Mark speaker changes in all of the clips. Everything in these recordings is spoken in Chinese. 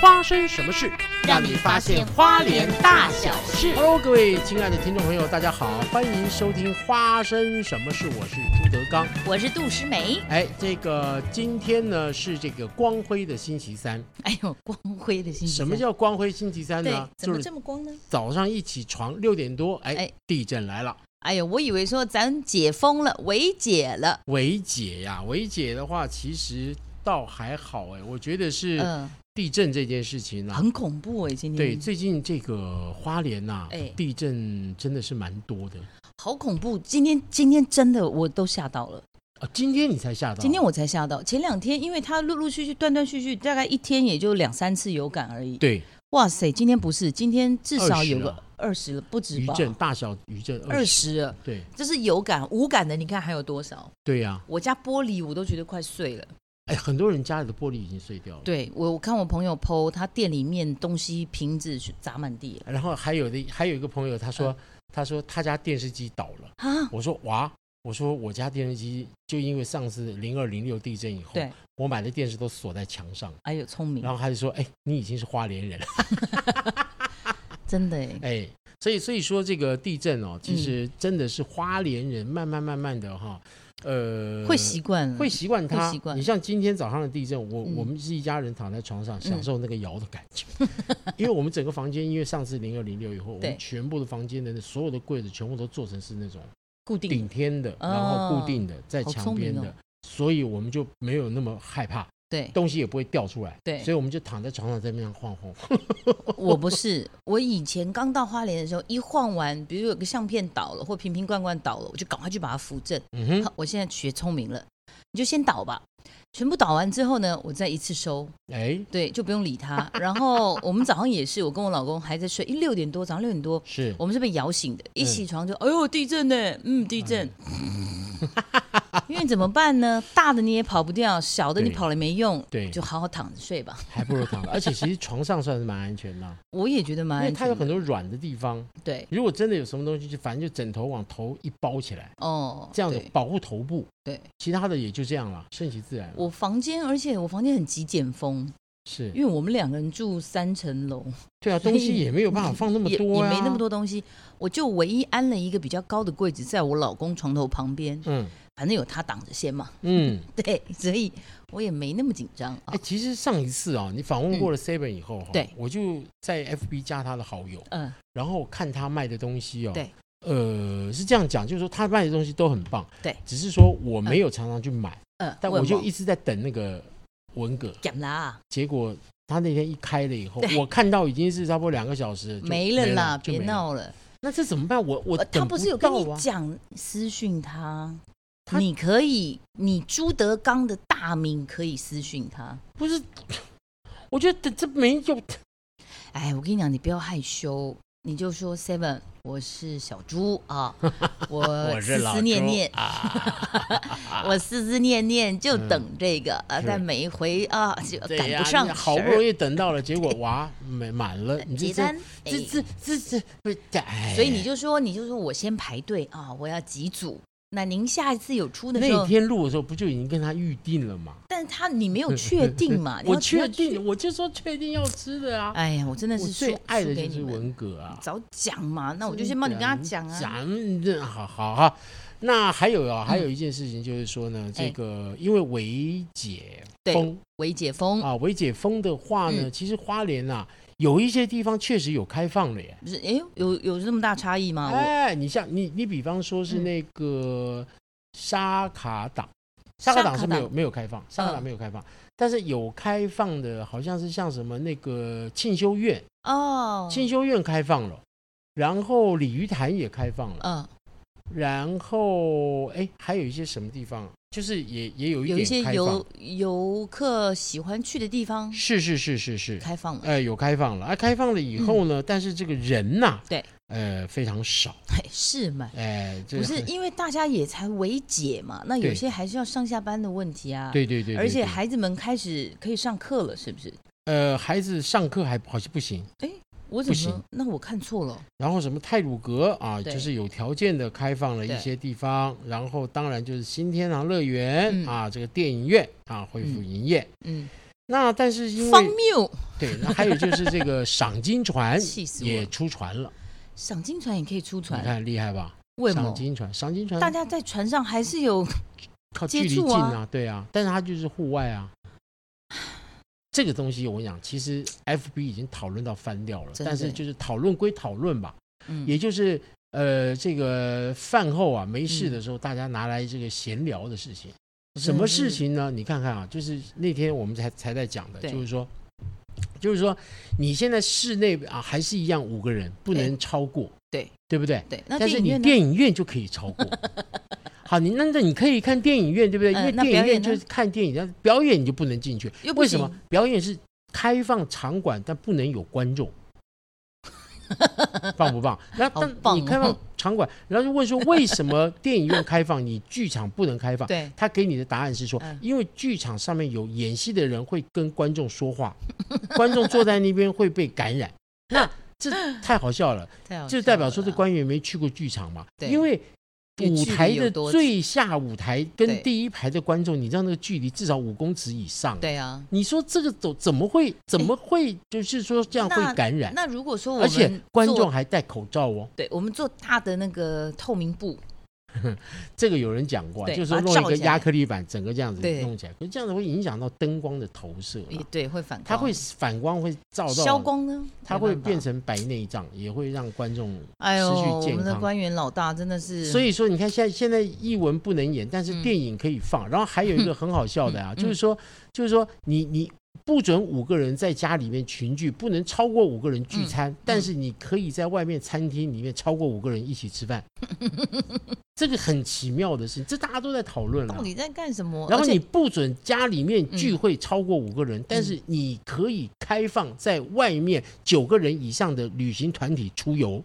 Speaker 1: 发生什么事，
Speaker 2: 让你发现花莲大小事。
Speaker 1: Hello，各位亲爱的听众朋友，大家好，欢迎收听《花生什么事》，我是朱德刚。
Speaker 2: 我是杜诗梅。
Speaker 1: 哎，这个今天呢是这个光辉的星期三。
Speaker 2: 哎呦，光辉的星期三
Speaker 1: 什么叫光辉星期三
Speaker 2: 对
Speaker 1: 呢？？
Speaker 2: 怎
Speaker 1: 就
Speaker 2: 么
Speaker 1: 是
Speaker 2: 这么光呢？
Speaker 1: 早上一起床六点多，哎，
Speaker 2: 哎
Speaker 1: 地震来了。
Speaker 2: 哎呦，我以为说咱解封了，维解了。
Speaker 1: 维解呀，维解的话其实倒还好哎，我觉得是
Speaker 2: 嗯，
Speaker 1: 地震这件事情呢、啊
Speaker 2: 很恐怖哎，今天
Speaker 1: 对，最近这个花莲呐、
Speaker 2: 哎
Speaker 1: 地震真的是蛮多的
Speaker 2: 好恐怖。今天今天真的我都吓到了，
Speaker 1: 啊。今天你才吓到？
Speaker 2: 今天我才吓到。前两天因为它陆陆续续、断断续续，大概一天也就两三次有感而已。
Speaker 1: 对
Speaker 2: 哇塞，今天不是，今天至少有
Speaker 1: 20
Speaker 2: 个二十了，不止
Speaker 1: 余
Speaker 2: 吧？
Speaker 1: 震大小余震
Speaker 2: 二
Speaker 1: 十，
Speaker 2: 十了，
Speaker 1: 对
Speaker 2: 这是有感，无感的你看还有多少？
Speaker 1: 对呀、
Speaker 2: 我家玻璃我都觉得快碎了。
Speaker 1: 哎，很多人家里的玻璃已经碎掉了。
Speaker 2: 对我，我看我朋友 PO，他店里面东西瓶子砸满地了
Speaker 1: 然后还有的还有一个朋友他说、
Speaker 2: 嗯
Speaker 1: 他说他家电视机倒了，
Speaker 2: 啊！
Speaker 1: 我说哇。我说我家电视机就因为上次零二零六地震以后，
Speaker 2: 对，
Speaker 1: 我买的电视都锁在墙上，
Speaker 2: 哎呦，聪明
Speaker 1: 然，后他就说：“哎，你已经是花莲人了。
Speaker 2: 真的哎”，
Speaker 1: 哎，所以所以说这个地震哦，
Speaker 2: 嗯
Speaker 1: 其实真的是花莲人慢慢慢慢的哈，呃，
Speaker 2: 会习惯了，
Speaker 1: 会习惯它。
Speaker 2: 嗯会习惯
Speaker 1: 你像今天早上的地震，我、
Speaker 2: 嗯
Speaker 1: 我们是一家人躺在床上享受那个摇的感 觉，因为我们整个房间，因为上次零二零六以后，我
Speaker 2: 对
Speaker 1: 们全部的房间的所有的柜子全部都做成是那种
Speaker 2: 固
Speaker 1: 顶
Speaker 2: 定哦
Speaker 1: 天的，然后固定的在
Speaker 2: 好
Speaker 1: 墙
Speaker 2: 聪
Speaker 1: 边
Speaker 2: 明
Speaker 1: 的，
Speaker 2: 哦
Speaker 1: 所以我们就没有那么害怕，
Speaker 2: 对。
Speaker 1: 东西也不会掉出来。
Speaker 2: 对
Speaker 1: 所以我们就躺在床上在那样晃晃。
Speaker 2: 我不是，我以前刚到花莲的时候，一晃完，比如有个相片倒了或瓶瓶罐罐倒了，我就赶快去把它扶正。
Speaker 1: 嗯哼，
Speaker 2: 好我现在学聪明了，你就先倒吧，全部倒完之后呢，我再一次收，
Speaker 1: 哎，
Speaker 2: 对，就不用理它。然后我们早上也是，我跟我老公还在睡，一六点多，早上六点多，
Speaker 1: 是
Speaker 2: 我们是被摇醒的，
Speaker 1: 嗯
Speaker 2: 一起床就、哎呦地震呢，嗯 地震，因为怎么办呢？大的你也跑不掉，小的你
Speaker 1: 对
Speaker 2: 跑了没用，
Speaker 1: 对
Speaker 2: 就好好躺着睡吧。
Speaker 1: 还不如躺 着，而且其实床上算是蛮安全的，啊
Speaker 2: 我也觉得蛮
Speaker 1: 因为
Speaker 2: 安
Speaker 1: 它
Speaker 2: 全
Speaker 1: 有
Speaker 2: 的，
Speaker 1: 很多软的地方。
Speaker 2: 对
Speaker 1: 如果真的有什么东西，就反正就枕头往头一包起来，
Speaker 2: 哦，
Speaker 1: 这样子
Speaker 2: 对
Speaker 1: 保护头部。
Speaker 2: 对
Speaker 1: 其他的也就这样了，顺其自然了。
Speaker 2: 我房间，而且我房间很极简风，
Speaker 1: 是
Speaker 2: 因为我们两个人住三层楼，
Speaker 1: 对啊，
Speaker 2: 所以
Speaker 1: 东西也没有办法放那么
Speaker 2: 也也
Speaker 1: 多、啊、
Speaker 2: 没那么。多东西，我就唯一安了一个比较高的柜子在我老公床头旁边，
Speaker 1: 嗯
Speaker 2: 反正有他挡着先嘛，
Speaker 1: 嗯，
Speaker 2: 对，所以我也没那么紧张啊嗯
Speaker 1: 哎、。其实上一次啊，你访问过了 Seven 以后哈、
Speaker 2: 对
Speaker 1: 我就在 FB 加他的好友，
Speaker 2: 嗯，
Speaker 1: 然后看他卖的东西哦，
Speaker 2: 对，
Speaker 1: 呃，是这样讲，就是说他卖的东西都很棒，
Speaker 2: 对
Speaker 1: 只是说我没有常常去买，
Speaker 2: 嗯，
Speaker 1: 但我就
Speaker 2: 一
Speaker 1: 一直在等那个文革，
Speaker 2: 干啦，
Speaker 1: 结果他那天一开了以后，
Speaker 2: 对
Speaker 1: 我看到已经是差不多两个小时就
Speaker 2: 没
Speaker 1: 了
Speaker 2: 了啦，别。
Speaker 1: 就没了
Speaker 2: 闹了。
Speaker 1: 那这怎么办？我我
Speaker 2: 呃
Speaker 1: 等
Speaker 2: 他不是有跟
Speaker 1: 到
Speaker 2: 你
Speaker 1: 啊
Speaker 2: 讲私讯他，
Speaker 1: 他
Speaker 2: 你可以，你朱德刚的大名可以私讯他。
Speaker 1: 不是， 我觉得这没有，
Speaker 2: 哎，我跟你讲，你不要害羞，你就说 Seven，我是小猪 啊，我思思念念，
Speaker 1: 啊，
Speaker 2: 我思思念念就
Speaker 1: 嗯
Speaker 2: 等这个啊，
Speaker 1: 是
Speaker 2: 但每一回啊就
Speaker 1: 对
Speaker 2: 赶
Speaker 1: 呀
Speaker 2: 不上
Speaker 1: 你
Speaker 2: 时，
Speaker 1: 好不容易等到了，结果哇，没满了，你这
Speaker 2: 结
Speaker 1: 这
Speaker 2: 单，
Speaker 1: 这
Speaker 2: 哎
Speaker 1: 这这这不是，哎
Speaker 2: 所以你就说，你就说我先排队啊，我要几组。那您下一次有出的时
Speaker 1: 那
Speaker 2: 候，
Speaker 1: 天录的时候不就已经跟他预定了吗？
Speaker 2: 但他 你没有确定嘛？你
Speaker 1: 我
Speaker 2: 要
Speaker 1: 确。
Speaker 2: 你要
Speaker 1: 定，我就说确定要吃的啊。
Speaker 2: 哎呀，我真的
Speaker 1: 我
Speaker 2: 是
Speaker 1: 最
Speaker 2: 输
Speaker 1: 爱
Speaker 2: 输
Speaker 1: 的
Speaker 2: 给
Speaker 1: 就是
Speaker 2: 你们
Speaker 1: 文革啊。
Speaker 2: 早讲嘛，那我就先帮你跟他讲啊。
Speaker 1: 讲嗯这好好哈。那还有啊，还有一件事情就是说呢，这
Speaker 2: 哎
Speaker 1: 个因为维解
Speaker 2: 对
Speaker 1: 封
Speaker 2: 维解封，
Speaker 1: 啊，维解封的话
Speaker 2: 嗯
Speaker 1: 呢，其实花莲啊有一些地方确实有开放了耶。
Speaker 2: 不是哎，有有这么大差异吗？啊我
Speaker 1: 哎，你像你你比方说是
Speaker 2: 嗯
Speaker 1: 那个沙卡党，沙卡
Speaker 2: 沙
Speaker 1: 党
Speaker 2: 卡
Speaker 1: 是没有
Speaker 2: 党
Speaker 1: 没有开放，沙卡党
Speaker 2: 嗯
Speaker 1: 没有开放，但是有开放的好像是像什么那个庆修院，
Speaker 2: 哦，
Speaker 1: 庆修院开放了，然后鲤鱼潭也开放了。
Speaker 2: 嗯，
Speaker 1: 然后哎，还有一些什么地方，就是也也有一
Speaker 2: 有一
Speaker 1: 点
Speaker 2: 些
Speaker 1: 开放
Speaker 2: 游嗯游客喜欢去的地方
Speaker 1: 是是是是是，
Speaker 2: 开放了，
Speaker 1: 呃，有开放了啊，开放了以后呢，但是这个人呐、
Speaker 2: 嗯对，
Speaker 1: 呃，非常少，
Speaker 2: 嘿，是嘛？
Speaker 1: 哎、这
Speaker 2: 不是
Speaker 1: 很
Speaker 2: 因为大家也才维解嘛，那有
Speaker 1: 对
Speaker 2: 些还是要上下班的问题啊。
Speaker 1: 对对对对
Speaker 2: 而且
Speaker 1: 对
Speaker 2: 孩子们开始可以上课了，是不是？
Speaker 1: 呃，孩子上课还好像不行，不
Speaker 2: 我怎
Speaker 1: 行
Speaker 2: 么那我看错了？
Speaker 1: 然后什么泰鲁阁啊，
Speaker 2: 对
Speaker 1: 就是有条件的开放了一
Speaker 2: 对
Speaker 1: 些地方，然后当然就是新天堂乐园、
Speaker 2: 嗯
Speaker 1: 啊，这个电影院啊恢复
Speaker 2: 嗯
Speaker 1: 营业，
Speaker 2: 嗯，
Speaker 1: 那但是因
Speaker 2: 荒
Speaker 1: 为
Speaker 2: 谬，
Speaker 1: 对，那还有就是这个赏金船
Speaker 2: 气死我
Speaker 1: 也
Speaker 2: 了！
Speaker 1: 出船了，
Speaker 2: 赏金船也可以出
Speaker 1: 你
Speaker 2: 船，
Speaker 1: 看厉害吧？
Speaker 2: 为什
Speaker 1: 赏
Speaker 2: 么？
Speaker 1: 金呃船，赏金船
Speaker 2: 大家在船上还是有
Speaker 1: 靠距
Speaker 2: 接
Speaker 1: 离
Speaker 2: 触
Speaker 1: 近
Speaker 2: 啊
Speaker 1: 啊，对啊，但是它就是户外啊。这个东西我跟你讲，其实 FB 已经讨论到翻掉了，
Speaker 2: 真的
Speaker 1: 但是就是讨论归讨论吧，
Speaker 2: 嗯
Speaker 1: 也就是呃，这个饭后啊没事
Speaker 2: 嗯
Speaker 1: 的时候，大家拿来这个闲聊的事情，什么事情呢？你看看啊，就是那天我们才才在讲的，
Speaker 2: 对
Speaker 1: 就是说，就是说你现在室内啊还是一样五个人，不能超过，
Speaker 2: 对
Speaker 1: 对不对？
Speaker 2: 对，那
Speaker 1: 但
Speaker 2: 电
Speaker 1: 是
Speaker 2: 影
Speaker 1: 你
Speaker 2: 院呢？
Speaker 1: 电影院就可以超 过。好，你那那你可以看电影院，对不对？
Speaker 2: 嗯
Speaker 1: 因为
Speaker 2: 那
Speaker 1: 电影
Speaker 2: 表演
Speaker 1: 院
Speaker 2: 呢
Speaker 1: 就是看电影，但是表演你就不能进去。
Speaker 2: 又不
Speaker 1: 为什么
Speaker 2: 行？
Speaker 1: 表演是开放场馆，但不能有观 众，棒不棒？那
Speaker 2: 好
Speaker 1: 但
Speaker 2: 棒
Speaker 1: 你开
Speaker 2: 哦
Speaker 1: 放场 馆，然后就问说为什么电影院开放，你剧场不能开放？
Speaker 2: 对，
Speaker 1: 他给你的答案是说
Speaker 2: 嗯，
Speaker 1: 因为剧场上面有演戏的人会跟观众说话，观众坐在那边会被感染。那这太好笑了。
Speaker 2: 太好
Speaker 1: 就
Speaker 2: 笑
Speaker 1: 代表说
Speaker 2: 了
Speaker 1: 这
Speaker 2: 啊啦
Speaker 1: 官员没去过剧场嘛，
Speaker 2: 对
Speaker 1: 因为
Speaker 2: 因为
Speaker 1: 舞
Speaker 2: 距离
Speaker 1: 台
Speaker 2: 有
Speaker 1: 的
Speaker 2: 多
Speaker 1: 最下舞台
Speaker 2: 对
Speaker 1: 跟第一排的观众，你知道那个距离至少五公尺以上。，
Speaker 2: 对啊。
Speaker 1: 你说这个怎怎么会怎么会就是说这样会感染？
Speaker 2: 那如果说
Speaker 1: 而
Speaker 2: 我们
Speaker 1: 且观
Speaker 2: 做
Speaker 1: 众还戴口罩哦，
Speaker 2: 对我们做大的那个透明布，
Speaker 1: 这个有人讲过啊，
Speaker 2: 对
Speaker 1: 就是说
Speaker 2: 把它
Speaker 1: 弄一
Speaker 2: 罩
Speaker 1: 个
Speaker 2: 起来
Speaker 1: 亚克力板，整个这样子
Speaker 2: 对
Speaker 1: 弄起来，可是这样子会影响到灯光的投射啦，
Speaker 2: 也对，会反光，
Speaker 1: 它会反光会照到，
Speaker 2: 哦消光呢，
Speaker 1: 它
Speaker 2: 没
Speaker 1: 会
Speaker 2: 办法
Speaker 1: 变。成白内障，也会让观众
Speaker 2: 哎呦，
Speaker 1: 失去
Speaker 2: 我
Speaker 1: 健
Speaker 2: 们的
Speaker 1: 康
Speaker 2: 官员老大真的是，
Speaker 1: 所以说，你看现在现在译文不能演，但是
Speaker 2: 嗯
Speaker 1: 电影可以放。然后还有一个很好笑的啊，
Speaker 2: 嗯
Speaker 1: 就是说，就是说你你不准五个人在家里面群聚，不能超过五个人聚
Speaker 2: 嗯
Speaker 1: 餐，但是你可以在外面餐厅里面超过五个人一起吃 饭。这个很奇妙的事情，这大家都在讨论了啊
Speaker 2: 到。底在干什么？
Speaker 1: 然后
Speaker 2: 哦而且嗯
Speaker 1: 你不准家里面聚会超过五个人，但是你可以开放在外面九个人以上的旅行团体出游。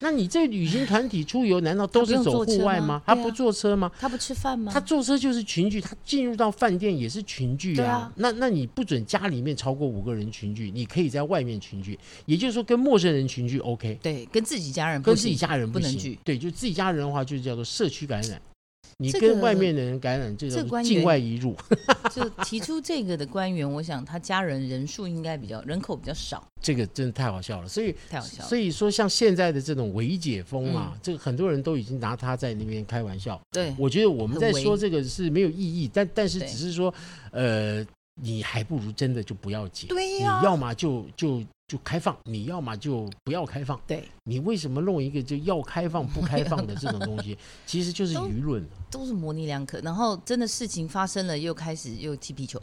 Speaker 1: 那你这旅行团体出游，难道都是走户外吗？他
Speaker 2: 他不用坐车吗啊嗯
Speaker 1: 不坐车吗？
Speaker 2: 他不吃饭吗？
Speaker 1: 他坐车就是群聚，他进入到饭店也是群聚
Speaker 2: 对
Speaker 1: 啊。
Speaker 2: 啊
Speaker 1: 那那你不准家里面超过五个人群聚，你可以在外面群聚，也就是说跟陌生人群聚 OK，
Speaker 2: 对，跟自己家人不
Speaker 1: 跟自己
Speaker 2: 行，
Speaker 1: 家人
Speaker 2: 不能
Speaker 1: 行
Speaker 2: 聚
Speaker 1: 对，就自己家人的话，就叫做社区感染。你
Speaker 2: 这
Speaker 1: 跟
Speaker 2: 个
Speaker 1: 外面的人感染，这
Speaker 2: 这
Speaker 1: 种
Speaker 2: 官
Speaker 1: 境
Speaker 2: 员
Speaker 1: 外移入。
Speaker 2: 就提出这个的官员，我想他家人人数应该比较人口比较少，
Speaker 1: 这个真的太好笑了，所以
Speaker 2: 太好笑了。嗯
Speaker 1: 所以说像现在的这种伪解封啊，这个很多人都已经拿他在那边开玩笑。
Speaker 2: 对，
Speaker 1: 我觉得我们在
Speaker 2: 很伪
Speaker 1: 说这个是没有意义，但但是
Speaker 2: 对
Speaker 1: 只是说，呃，你还不如真的就不要解，
Speaker 2: 对
Speaker 1: 你
Speaker 2: 呀、
Speaker 1: 要么就就就开放，你要么就不要开放，
Speaker 2: 对，
Speaker 1: 你为什么弄一个就要开放不开放的这种 东西？其实就是
Speaker 2: 都
Speaker 1: 舆论啊，
Speaker 2: 都是模棱两可。然后真的事情发生了，又开始又踢皮球。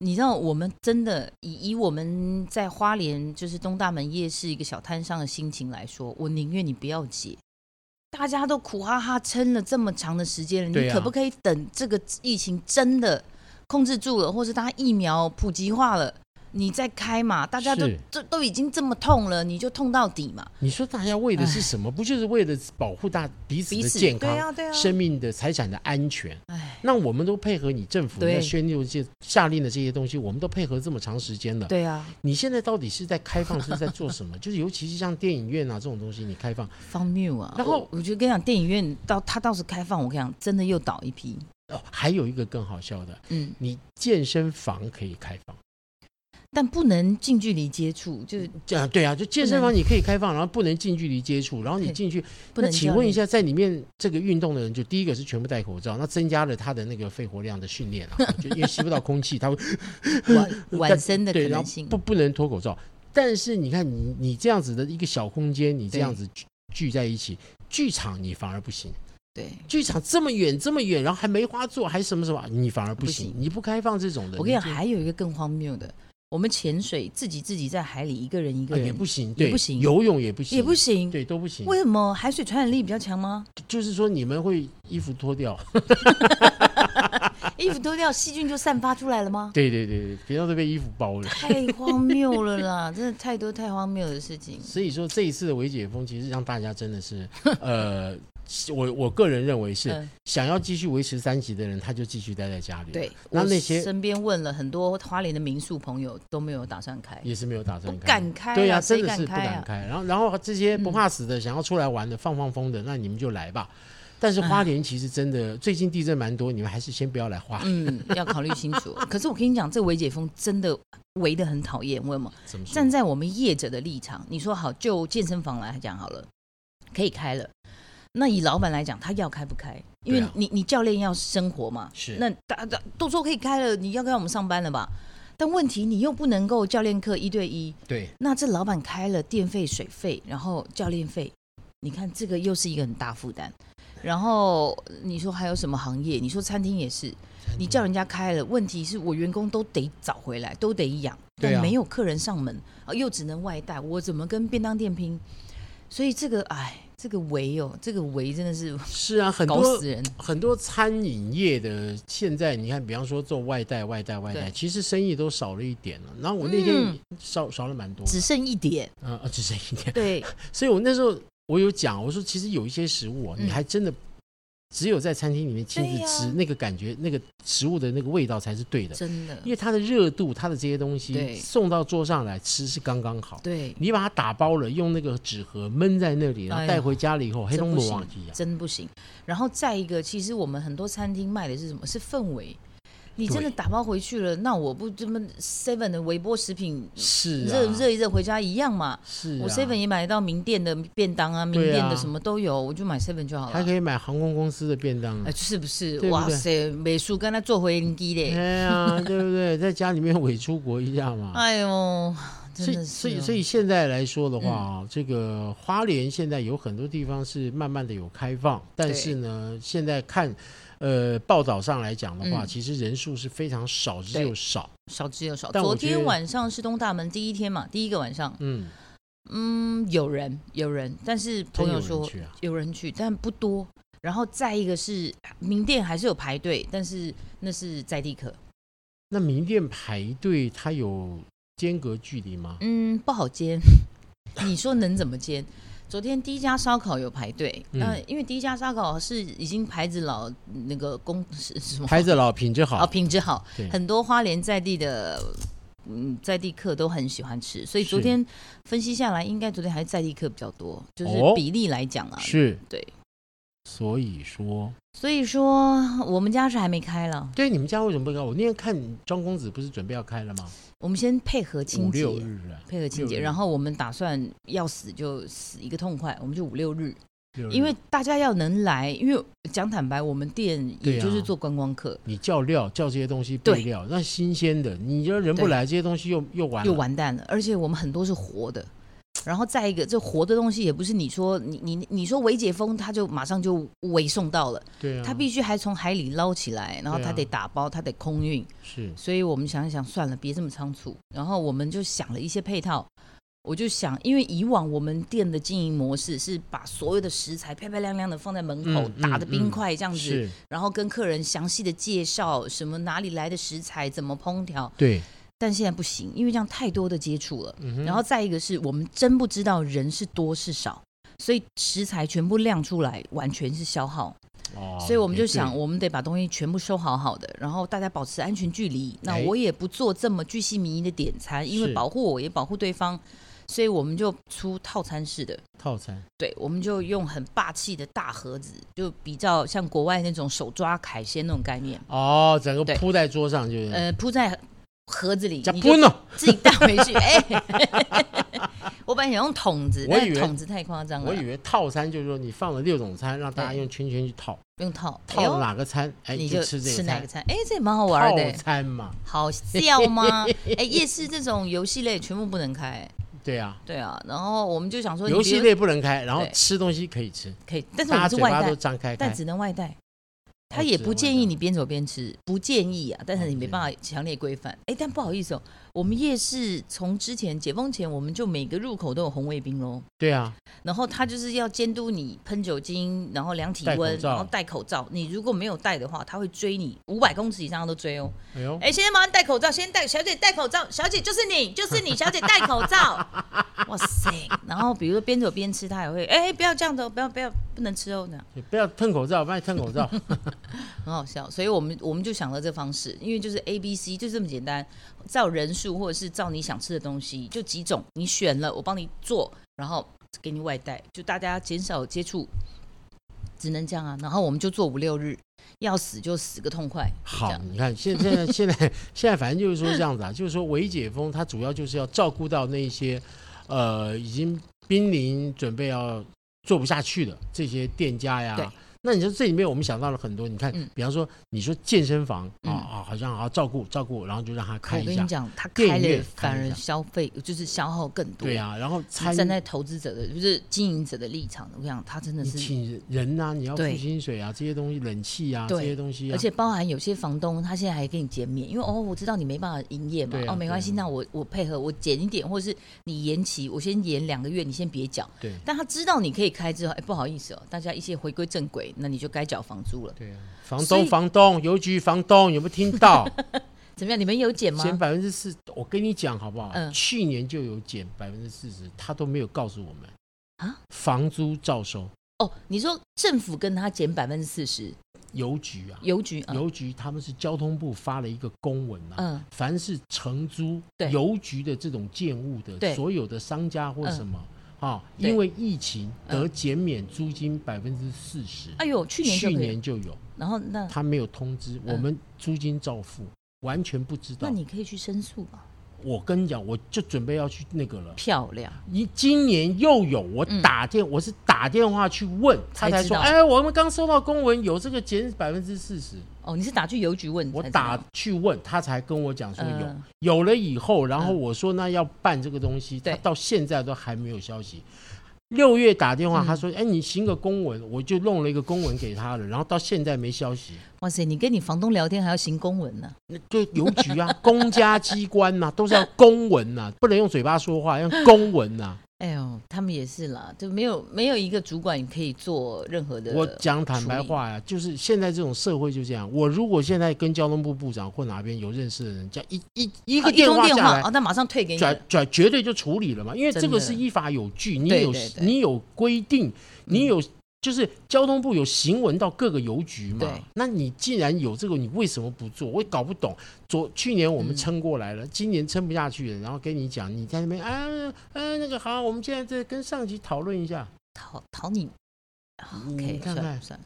Speaker 2: 你知道，我们真的以以我们在花莲就是东大门夜市一个小摊上的心情来说，我宁愿你不要解。大家都苦哈哈撑了这么长的时间了，
Speaker 1: 对
Speaker 2: 你
Speaker 1: 啊
Speaker 2: 可不可以等这个疫情真的控制住了，或是它疫苗普及化了，你再开嘛？大家都
Speaker 1: 是
Speaker 2: 都都已经这么痛了，你就痛到底嘛？
Speaker 1: 你说大家为的是什么？不就是为了保护大彼此
Speaker 2: 彼
Speaker 1: 的
Speaker 2: 此
Speaker 1: 健
Speaker 2: 对啊
Speaker 1: 康、
Speaker 2: 对啊，
Speaker 1: 生命的财产的安全？
Speaker 2: 哎，
Speaker 1: 那我们都配合你政府
Speaker 2: 对
Speaker 1: 在宣布这下令的这些东西，我们都配合这么长时间了。
Speaker 2: 对啊，
Speaker 1: 你现在到底是在开放，是在做什么？ 就是尤其是像电影院啊这种东西，你开放
Speaker 2: 方谬啊！
Speaker 1: 然后
Speaker 2: 我我觉得跟你讲，电影院到它倒是开放，我跟你讲，真的又倒一批。
Speaker 1: 哦，还有一个更好笑的，
Speaker 2: 嗯，
Speaker 1: 你健身房可以开放。
Speaker 2: 但不能近距离接触，就是
Speaker 1: 这样对啊，就健身房你可以开放，然后不能近距离接触，然后你
Speaker 2: 对
Speaker 1: 进去，那
Speaker 2: 不能。
Speaker 1: 请问一，下，在里面这个运动的人，就第一个是全部戴口罩，那增加了他的那个肺活量的训练啊， 就因为吸不到空气，他会
Speaker 2: 晚晚生的
Speaker 1: 呃对，
Speaker 2: 可
Speaker 1: 然
Speaker 2: 能
Speaker 1: 后
Speaker 2: 性
Speaker 1: 不，不能脱口罩。但是你看你你这样子的一个小空间，你这样子聚聚在一起，剧场你反而不行。
Speaker 2: 对。
Speaker 1: 剧场这么远这么远，然后还梅花座，还什么什么，你反而不行。
Speaker 2: 不
Speaker 1: 你不开放这种的，
Speaker 2: 我跟你讲，
Speaker 1: 就
Speaker 2: 还有一个更荒谬的，我们潜水自己自己在海里一个人一个
Speaker 1: 啊
Speaker 2: 人、
Speaker 1: 也不行，
Speaker 2: 也
Speaker 1: 对，
Speaker 2: 不行
Speaker 1: 游泳也不行，
Speaker 2: 也不行，
Speaker 1: 对，都不行。
Speaker 2: 为什么海水传染力比较 强吗？
Speaker 1: 就是说你们会衣服脱掉，
Speaker 2: 衣服脱掉，细菌就散发出来了吗？
Speaker 1: 对对对对，别让都被衣服包了。
Speaker 2: 太荒谬了啦！ 真的太多太荒谬的事情。
Speaker 1: 所以说这一次的维解封，其实让大家真的 是，呃，我我个人认为是、
Speaker 2: 嗯
Speaker 1: 想要继续维持三级的人，他就继续待在家里。
Speaker 2: 对，
Speaker 1: 那
Speaker 2: 我
Speaker 1: 那些
Speaker 2: 身边问了很多花莲的民宿朋友都没有打算开，
Speaker 1: 也是没有打
Speaker 2: 不
Speaker 1: 算开。
Speaker 2: 敢开啊，
Speaker 1: 对呀、
Speaker 2: 谁
Speaker 1: 真的
Speaker 2: 敢
Speaker 1: 是不
Speaker 2: 开
Speaker 1: 敢
Speaker 2: 啊？
Speaker 1: 开。然后，然后这些不怕死的、想要出来玩的、放放风的，那你们就来吧。但是花莲其实真的最近地震蛮多，你们还是先不要来花莲。
Speaker 2: 嗯，要考虑清 楚。可是我跟你讲，这围解封真的围得很讨厌，为什么？
Speaker 1: 怎么说
Speaker 2: 站？在我们业者的立场，你说好，就健身房来讲好了，可以开了。那以老板来讲，他要开不开？因为
Speaker 1: 对啊
Speaker 2: 你、你教练要生活嘛，
Speaker 1: 是
Speaker 2: 那大家都说可以开了，你要跟我们上班了吧？但问题你又不能够教练课一对一，
Speaker 1: 对，
Speaker 2: 那这老板开了电费、水费，然后教练费，你看这个又是一个很大负担。然后你说还有什么行业？你说餐厅也是，你叫人家开了，问题是我员工都得找回来，都得养，
Speaker 1: 对啊
Speaker 2: 但没有客人上门，啊，又只能外带，我怎么跟便当店拼？所以这个哎，这个围哦，这个围真的是
Speaker 1: 是啊，很
Speaker 2: 搞
Speaker 1: 多
Speaker 2: 死人。
Speaker 1: 很多餐饮业的现在，你看，比方说做外带、外带、外带，
Speaker 2: 对
Speaker 1: 其实生意都少了一点了。然后我那天
Speaker 2: 嗯
Speaker 1: 少、少了蛮多，
Speaker 2: 只剩一点，
Speaker 1: 嗯、呃，只剩一点。
Speaker 2: 对，
Speaker 1: 所以我那时候我有讲，我说其实有一些食物啊，
Speaker 2: 嗯
Speaker 1: 你还真的只有在餐厅里面亲自
Speaker 2: 对呀
Speaker 1: 吃，那个感觉、那个食物的那个味道才是对的，
Speaker 2: 真的
Speaker 1: 因，为它的热度、它的这些东西
Speaker 2: 对
Speaker 1: 送到桌上来吃是刚刚好。
Speaker 2: 对，
Speaker 1: 你把它打包了，用那个纸盒闷在那里，然后
Speaker 2: 哎呀
Speaker 1: 带回家了以后，黑龙
Speaker 2: 不
Speaker 1: 魔
Speaker 2: 行
Speaker 1: 忘记啊。
Speaker 2: 真不行。然后再一个，其实我们很多餐厅卖的是什么？是氛围。你真
Speaker 1: 对
Speaker 2: 的打包回去了，那我不这么 seven 的微波食品
Speaker 1: 是啊，
Speaker 2: 热热一热回家一样嘛。
Speaker 1: 是啊，
Speaker 2: 我 seven 也买得到名店的便当啊，名
Speaker 1: 对啊
Speaker 2: 店的什么都有，我就买 seven 就好
Speaker 1: 还
Speaker 2: 了。
Speaker 1: 可以买航空公司的便当啊
Speaker 2: 哎，。是不
Speaker 1: 对
Speaker 2: 是？
Speaker 1: 不对
Speaker 2: 哇塞，美术跟他做回音机嘞。
Speaker 1: 哎呀，对不对？在家里面伪出国一下 嘛。
Speaker 2: 哎呦，
Speaker 1: 所
Speaker 2: 真
Speaker 1: 以，
Speaker 2: 的是哦。嗯
Speaker 1: 所以，所以现在来说的话啊，这个花莲现在有很多地方是慢慢的有开放，但是呢，现在看，呃，报道上来讲的话，
Speaker 2: 嗯
Speaker 1: 其实人数是非常少之又少。
Speaker 2: 少之又少。
Speaker 1: 但我
Speaker 2: 昨
Speaker 1: 觉得
Speaker 2: 天晚上是东大门第一天嘛，第一个晚上，
Speaker 1: 嗯，
Speaker 2: 嗯，有人有人，但是
Speaker 1: 真
Speaker 2: 朋友
Speaker 1: 有人
Speaker 2: 说
Speaker 1: 去啊，
Speaker 2: 有人去，但不多。然后再一个是名店还是有排队，但是那是在地客，
Speaker 1: 那名店排队它有间隔距离吗？
Speaker 2: 嗯，不 好煎。你说能怎么煎？昨天第一家烧烤有排队，
Speaker 1: 嗯
Speaker 2: 呃，因为第一家烧烤是已经牌子老那个公是是什么
Speaker 1: 牌子老，品质好。
Speaker 2: 啊品质好
Speaker 1: 对，
Speaker 2: 很多花莲在地的嗯在地客都很喜欢吃，所以昨
Speaker 1: 是
Speaker 2: 天分析下来，应该昨天还是在地客比较多，就是
Speaker 1: 哦
Speaker 2: 比例来讲啊，
Speaker 1: 是，
Speaker 2: 对。
Speaker 1: 所以说，
Speaker 2: 所以说，我们家是还没开了，
Speaker 1: 对你们家为什么不开？我那天看张公子不是准备要开了吗？
Speaker 2: 我们先配合清
Speaker 1: 五
Speaker 2: 洁，
Speaker 1: 六日啊，
Speaker 2: 配合清
Speaker 1: 六
Speaker 2: 洁，
Speaker 1: 日
Speaker 2: 然后我们打算要死就死一个痛快，我们就五六日，
Speaker 1: 六日啊
Speaker 2: 因为大家要能来，因为讲坦白，我们店
Speaker 1: 对
Speaker 2: 也
Speaker 1: 啊
Speaker 2: 就是做观光客，
Speaker 1: 你叫料叫这些东西备
Speaker 2: 对
Speaker 1: 料，那新鲜的，你要人不
Speaker 2: 对
Speaker 1: 来，这些东西又又完
Speaker 2: 又
Speaker 1: 了。
Speaker 2: 完蛋了，而且我们很多是活的。然后再一个，这活的东西也不是你说你你你说维解封，他就马上就维送到了，
Speaker 1: 对啊，
Speaker 2: 他必须还从海里捞起来，然后
Speaker 1: 对啊
Speaker 2: 他得打包，他得空运，
Speaker 1: 是
Speaker 2: 所以我们想一想，算了，别这么仓促。然后我们就想了一些配套。我就想，因为以往我们店的经营模式是把所有的食材漂漂亮亮的放在门口，
Speaker 1: 嗯嗯
Speaker 2: 打的冰块这样子，
Speaker 1: 是，
Speaker 2: 然后跟客人详细的介绍什么哪里来的食材，怎么烹调。
Speaker 1: 对，
Speaker 2: 但现在不行，因为这样太多的接触了。
Speaker 1: 嗯哼
Speaker 2: 然后再一个是我们真不知道人是多是少，所以食材全部亮出来，完全是消耗。
Speaker 1: 哦
Speaker 2: 所以我们就
Speaker 1: 也对
Speaker 2: 想，我们得把东西全部收好好的，然后大家保持安全距离。那
Speaker 1: 哎
Speaker 2: 我也不做这么巨细靡遗的点餐，因
Speaker 1: 是
Speaker 2: 为保护我也保护对方，所以我们就出套餐式的。
Speaker 1: 套餐
Speaker 2: 对，我们就用很霸气的大盒子，就比较像国外那种手抓海鲜那种概念，
Speaker 1: 哦，整个
Speaker 2: 对
Speaker 1: 铺在桌上就是，
Speaker 2: 呃，铺在盒子里，
Speaker 1: 加
Speaker 2: 你
Speaker 1: 不
Speaker 2: 就
Speaker 1: 呢？
Speaker 2: 自己带回去。 哎、我本来想用桶子，
Speaker 1: 我
Speaker 2: 但
Speaker 1: 以为
Speaker 2: 桶子太夸张了
Speaker 1: 我，以为套餐就是说你放了六种餐，让大家
Speaker 2: 对
Speaker 1: 用圈圈去套，
Speaker 2: 用套，哎
Speaker 1: 套
Speaker 2: 呦
Speaker 1: 了哪个餐，哎，
Speaker 2: 你就
Speaker 1: 吃这
Speaker 2: 吃哪
Speaker 1: 餐
Speaker 2: 个。餐？哎、这也蛮好玩的、
Speaker 1: 套餐嘛，
Speaker 2: 好笑吗？ 哎、夜市这种游戏类全部不能开、
Speaker 1: 对啊，
Speaker 2: 对啊。然后我们就想说，
Speaker 1: 游戏类不能开，然后
Speaker 2: 对
Speaker 1: 吃东西可以吃，
Speaker 2: 可以，但是
Speaker 1: 大
Speaker 2: 我
Speaker 1: 家
Speaker 2: 们是
Speaker 1: 嘴
Speaker 2: 外
Speaker 1: 巴都
Speaker 2: 带，
Speaker 1: 张开开
Speaker 2: 但，只能外带。
Speaker 1: 哦
Speaker 2: 他也
Speaker 1: 只
Speaker 2: 不
Speaker 1: 能
Speaker 2: 建
Speaker 1: 外
Speaker 2: 议
Speaker 1: 带
Speaker 2: 你边走边吃，不建议啊。但是
Speaker 1: 哦
Speaker 2: 你
Speaker 1: 不
Speaker 2: 没
Speaker 1: 建
Speaker 2: 办法强烈规范。哎、但不好意思哦，我们夜市从之前解封前，我们就每个入口都有红卫兵喽。
Speaker 1: 对啊，
Speaker 2: 然后他就是要监督你喷酒精，然后量体
Speaker 1: 戴口
Speaker 2: 温，
Speaker 1: 罩
Speaker 2: 然后戴口罩。你如果没有戴的话，他会追你五百公尺以上他都追哦。
Speaker 1: 哎呦，
Speaker 2: 哎，先生，麻烦戴口罩，先戴，小姐戴口罩，小姐就是你，就是你，小姐戴口 罩。哇塞！然后比如说边走边吃，他也会，哎，不要这样子哦，不要不要，不能吃哦，这样
Speaker 1: 你不要喷口罩，不然你喷口罩，
Speaker 2: 很好笑。所以我们我们就想了这方式，因为就是 A、B、C 就这么简单，照人数或者是照你想吃的东西，就几种你选了，我帮你做，然后给你外带，就大家减少接触。只能这样啊。然后我们就做五六日，要死就死个痛快。这
Speaker 1: 好
Speaker 2: 样，
Speaker 1: 你看现现在现在现在反正就是说这样子啊，就是说微解封，它主要就是要照顾到那些呃已经濒临准备要做不下去的这些店家
Speaker 2: 对
Speaker 1: 呀。那你说这里面我们想到了很多，你看
Speaker 2: 嗯，
Speaker 1: 比方说你说健身房啊
Speaker 2: 嗯
Speaker 1: 啊，好像好照顾照顾，然后就让他开
Speaker 2: 我
Speaker 1: 一
Speaker 2: 跟你
Speaker 1: 下，
Speaker 2: 讲，他
Speaker 1: 电
Speaker 2: 开
Speaker 1: 影
Speaker 2: 了
Speaker 1: 院
Speaker 2: 反
Speaker 1: 开一
Speaker 2: 而
Speaker 1: 下
Speaker 2: 消费就是消耗更多。
Speaker 1: 对呀、然后
Speaker 2: 是
Speaker 1: 参
Speaker 2: 站在投资者的就是经营者的立场，我跟你讲，他真的
Speaker 1: 你啊
Speaker 2: 是，
Speaker 1: 请人呐、你要付
Speaker 2: 对
Speaker 1: 薪水啊，这些东西冷气啊，这
Speaker 2: 对
Speaker 1: 些东西啊，
Speaker 2: 而且包含有些房东他现在还给你减免，因为哦，我知道你没办法营业嘛
Speaker 1: 对，啊
Speaker 2: 哦，没关系，
Speaker 1: 对啊
Speaker 2: 那我我配合我减一点，或是你延期，我先延两个月，你先别缴。
Speaker 1: 对
Speaker 2: 但他知道你可以开之后，哎，不好意思哦，大家一些回归正轨，那你就该缴房租了。
Speaker 1: 对啊，房
Speaker 2: 所
Speaker 1: 东
Speaker 2: 以
Speaker 1: 房东邮局房东有没有听到？
Speaker 2: 怎么样？你们有减吗？
Speaker 1: 减百分之四，我跟你讲好不好？
Speaker 2: 嗯
Speaker 1: 去年就有减百分之四十，他都没有告诉我们
Speaker 2: 啊。
Speaker 1: 房租照收，
Speaker 2: 哦，你说政府跟他减百分之四十，
Speaker 1: 邮局啊，
Speaker 2: 邮局啊，
Speaker 1: 邮局他们是交通部发了一个公文啊，
Speaker 2: 嗯，
Speaker 1: 凡是承租
Speaker 2: 对
Speaker 1: 邮局的这种建物的
Speaker 2: 对
Speaker 1: 所有的商家或
Speaker 2: 嗯
Speaker 1: 什么啊，
Speaker 2: 对
Speaker 1: 因为疫情
Speaker 2: 嗯
Speaker 1: 得减免租金百分之四十，
Speaker 2: 哎呦，去年就
Speaker 1: 去
Speaker 2: 可以，
Speaker 1: 年就有，
Speaker 2: 然后那
Speaker 1: 他没有通知，
Speaker 2: 嗯
Speaker 1: 我们租金照付，完全不知
Speaker 2: 那
Speaker 1: 道。
Speaker 2: 你可以去申诉吧，
Speaker 1: 我跟你讲，我就准备要去那个了。
Speaker 2: 漂亮。
Speaker 1: 你今年又有我
Speaker 2: 嗯
Speaker 1: 打电，我是打电话去问，他
Speaker 2: 才
Speaker 1: 才
Speaker 2: 知
Speaker 1: 说，
Speaker 2: 道
Speaker 1: 哎，我们刚收到公文，有这个减百分之四十。
Speaker 2: 哦，你是打去邮局问才
Speaker 1: 我
Speaker 2: 知道？
Speaker 1: 打去问，他才跟我讲说有，
Speaker 2: 嗯
Speaker 1: 有了以后，然后
Speaker 2: 嗯
Speaker 1: 我说那要办这个东西，
Speaker 2: 对
Speaker 1: 他到现在都还没有消息。六月打电话，
Speaker 2: 嗯
Speaker 1: 他说，哎，你行个公文，我就弄了一个公文给他了，然后到现在没消息。
Speaker 2: 哇塞，你跟你房东聊天还要行公文呢、
Speaker 1: 那就邮局 啊，公家机关呐、都是要公文呐、不能用嘴巴说话，要公文啊呐、
Speaker 2: 哎呦，他们也是啦，就没有没有一个主管可以做任何的。
Speaker 1: 我讲坦白话呀、就是现在这种社会就这样。我如果现在跟交通部部长或哪边有认识的人，叫一一一
Speaker 2: 一
Speaker 1: 个
Speaker 2: 电
Speaker 1: 电话
Speaker 2: 电
Speaker 1: 下
Speaker 2: 话
Speaker 1: 来
Speaker 2: 哦，，那马上退给你了
Speaker 1: 转。转绝对就处理了嘛，因为
Speaker 2: 真
Speaker 1: 这个
Speaker 2: 的
Speaker 1: 是依法有据，你
Speaker 2: 对
Speaker 1: 有
Speaker 2: 对对嗯
Speaker 1: 你有规定，你有。就是交通部有行文到各个邮局嘛
Speaker 2: 对，
Speaker 1: 那你既然有这个，你为什么不做？我也搞不懂。昨去年我们
Speaker 2: 嗯
Speaker 1: 撑过来了，今年撑不下去了，然后跟你讲，你在那边啊啊那个好，我们现在在跟上级讨论一下。
Speaker 2: 讨讨你。啊
Speaker 1: 嗯你
Speaker 2: OK，
Speaker 1: 看
Speaker 2: 算了
Speaker 1: 看
Speaker 2: 算了，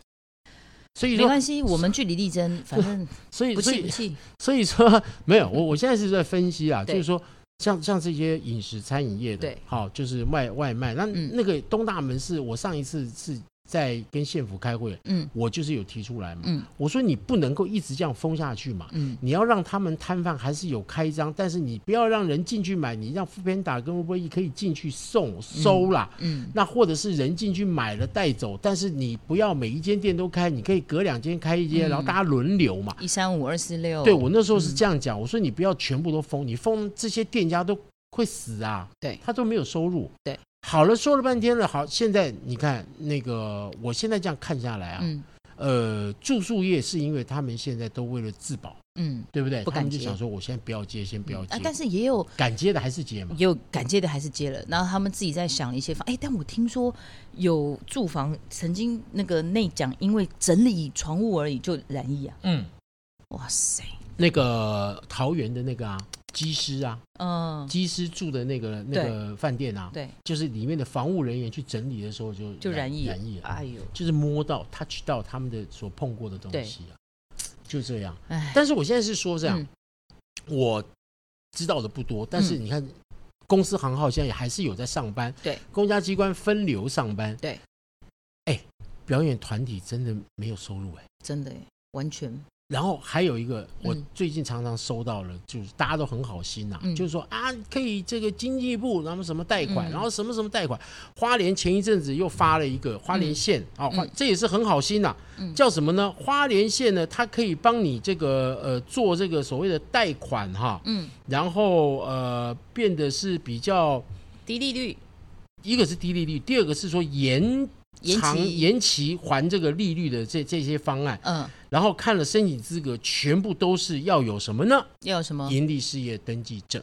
Speaker 1: 所以
Speaker 2: 没
Speaker 1: 说，
Speaker 2: 关系，我们据理力争，反正
Speaker 1: 所以
Speaker 2: 不
Speaker 1: 所
Speaker 2: 气不
Speaker 1: 以
Speaker 2: 气。
Speaker 1: 所以说没有，我我现在是在分析啊，就
Speaker 2: 对
Speaker 1: 是说像像这些饮食餐饮业的
Speaker 2: 对，
Speaker 1: 好、就是卖外卖，那
Speaker 2: 嗯
Speaker 1: 那个东大门是我上一次是在跟县府开会，
Speaker 2: 嗯
Speaker 1: 我就是有提出来嘛，
Speaker 2: 嗯
Speaker 1: 我说你不能够一直这样封下去嘛。
Speaker 2: 嗯，
Speaker 1: 你要让他们摊贩还是有开张，但是你不要让人进去买，你让富边打跟乌龟可以进去送收啦。
Speaker 2: 嗯，
Speaker 1: 那或者是人进去买了带走，但是你不要每一间店都开，你可以隔两间开一间，
Speaker 2: 嗯
Speaker 1: 然后大家轮流嘛。
Speaker 2: 一三五二四六，
Speaker 1: 对我那时候是
Speaker 2: 嗯
Speaker 1: 这样讲，我说你不要全部都封，你封这些店家都会死啊，
Speaker 2: 对
Speaker 1: 他都没有收入。
Speaker 2: 对，
Speaker 1: 好了，说了半天了，好，现在你看那个，我现在这样看下来啊，
Speaker 2: 嗯
Speaker 1: 呃，住宿业是因为他们现在都为了自保，
Speaker 2: 嗯
Speaker 1: 对不对？
Speaker 2: 不
Speaker 1: 他
Speaker 2: 敢
Speaker 1: 们就
Speaker 2: 接
Speaker 1: 想说，我现在不要接，先不要接，
Speaker 2: 啊，但是也有
Speaker 1: 敢接的还是接嘛。
Speaker 2: 也有敢接的还是接了，然后他们自己在想一些方，哎，但我听说有住房曾经那个内讲，因为整理床务而已就染疫啊，
Speaker 1: 嗯，
Speaker 2: 哇塞，
Speaker 1: 那个桃园的那个啊，机师啊，
Speaker 2: 嗯，
Speaker 1: 机师住的那个那个饭店啊，
Speaker 2: 对，
Speaker 1: 就是里面的防务人员去整理的时候就
Speaker 2: 就染疫，
Speaker 1: 染疫了。
Speaker 2: 哎呦，
Speaker 1: 就是摸到、touch 到他们的所碰过的东西啊，就这样。
Speaker 2: 哎，
Speaker 1: 但是我现在是说这样，
Speaker 2: 嗯
Speaker 1: 我知道的不多，但是你看，公司行号现在也还是有在上班，
Speaker 2: 对，
Speaker 1: 公家机关分流上班，
Speaker 2: 对，
Speaker 1: 哎，表演团体真的没有收入哎。
Speaker 2: 真的耶完全，
Speaker 1: 然后还有一个，我
Speaker 2: 嗯
Speaker 1: 最近常常收到了，就是大家都很好心呐、
Speaker 2: 嗯
Speaker 1: 就是说啊，可以这个经济部然后什么贷款，
Speaker 2: 嗯
Speaker 1: 然后什么什么贷款。花莲前一阵子又发了一个花莲县啊、花
Speaker 2: 嗯
Speaker 1: 这也是很好心呐、
Speaker 2: 嗯
Speaker 1: 叫什么呢？花莲县呢，它可以帮你这个呃做这个所谓的贷款哈，
Speaker 2: 嗯，
Speaker 1: 然后呃变得是比较，
Speaker 2: 低利率
Speaker 1: 一个是低利率，第二个是说延
Speaker 2: 延
Speaker 1: 长
Speaker 2: 期，
Speaker 1: 延期还这个利率的这这些方案。
Speaker 2: 嗯，
Speaker 1: 然后看了申请资格，全部都是要有什么呢？
Speaker 2: 要有什么？
Speaker 1: 盈利事业登记证，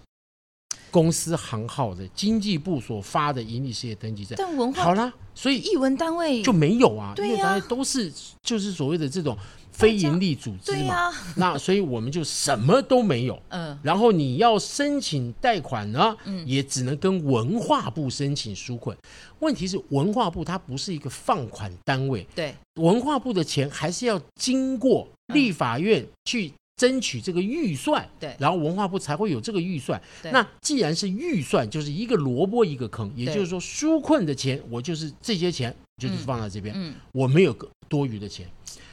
Speaker 1: 公司行号的经济部所发的盈利事业登记证。
Speaker 2: 但文化
Speaker 1: 好啦，所以
Speaker 2: 译文单位
Speaker 1: 就没有啊，
Speaker 2: 对
Speaker 1: 因为大
Speaker 2: 呀
Speaker 1: 家都是就是所谓的这种非盈利组织
Speaker 2: 对
Speaker 1: 嘛，
Speaker 2: 呀、
Speaker 1: 那所以我们就什么都没有。
Speaker 2: 嗯
Speaker 1: 然后你要申请贷款呢，也只能跟文化部申请纾困。问题是文化部它不是一个放款单位，
Speaker 2: 对，
Speaker 1: 文化部的钱还是要经过立法院去争取这个预算，
Speaker 2: 对
Speaker 1: 然后文化部才会有这个预算。
Speaker 2: 对
Speaker 1: 那既然是预算，就是一个萝卜一个坑，也就是说纾困的钱，我就是这些钱就是放在这边，
Speaker 2: 嗯
Speaker 1: 我没有多余的钱。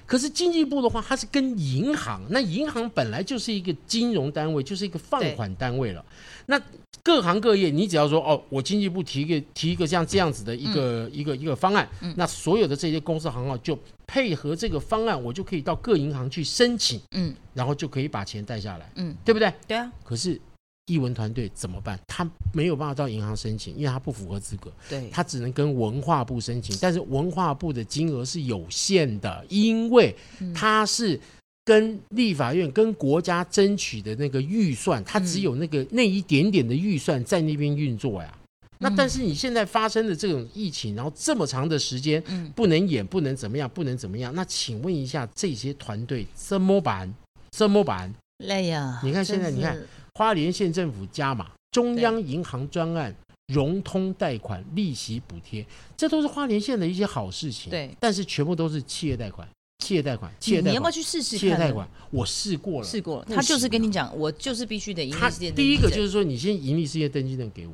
Speaker 1: 可是经济部的话，它是跟银行，那银行本来就是一个金融单位，就是一个放款单位了。那各行各业，你只要说哦，我经济部提一个提一个像这样子的一个、一个一个方案，那所有的这些公司行号就配合这个方案，我就可以到各银行去申请，
Speaker 2: 嗯
Speaker 1: 然后就可以把钱贷下来，
Speaker 2: 嗯，
Speaker 1: 对不对？
Speaker 2: 对啊，
Speaker 1: 可是艺文团队怎么办？他没有办法到银行申请，因为他不符合资格。
Speaker 2: 对，
Speaker 1: 他只能跟文化部申请，但是文化部的金额是有限的，因为他是跟立法院、跟国家争取的那个预算，他只有那个、那一点点的预算在那边运作呀。那但是你现在发生的这种疫情，然后这么长的时间
Speaker 2: 嗯，
Speaker 1: 不能演，不能怎么样，不能怎么样。那请问一下，这些团队怎么办？怎么办？
Speaker 2: 累呀、
Speaker 1: 你看现在
Speaker 2: 真
Speaker 1: 你看
Speaker 2: 是，
Speaker 1: 花莲县政府加码中央银行专案融通贷款利息补贴，这都是花莲县的一些好事情。
Speaker 2: 对，
Speaker 1: 但是全部都是企业贷款，企业贷款，企
Speaker 2: 你
Speaker 1: 业
Speaker 2: 你
Speaker 1: 贷
Speaker 2: 要不要
Speaker 1: 款，
Speaker 2: 去试试
Speaker 1: 企业
Speaker 2: 看
Speaker 1: 贷
Speaker 2: 呢？
Speaker 1: 款，我试过了。
Speaker 2: 试过了，
Speaker 1: 不
Speaker 2: 他就是
Speaker 1: 行啊
Speaker 2: 跟你讲，我就是必须得盈
Speaker 1: 他
Speaker 2: 利事业
Speaker 1: 第一个就是是说，你先盈利事业登记证给我。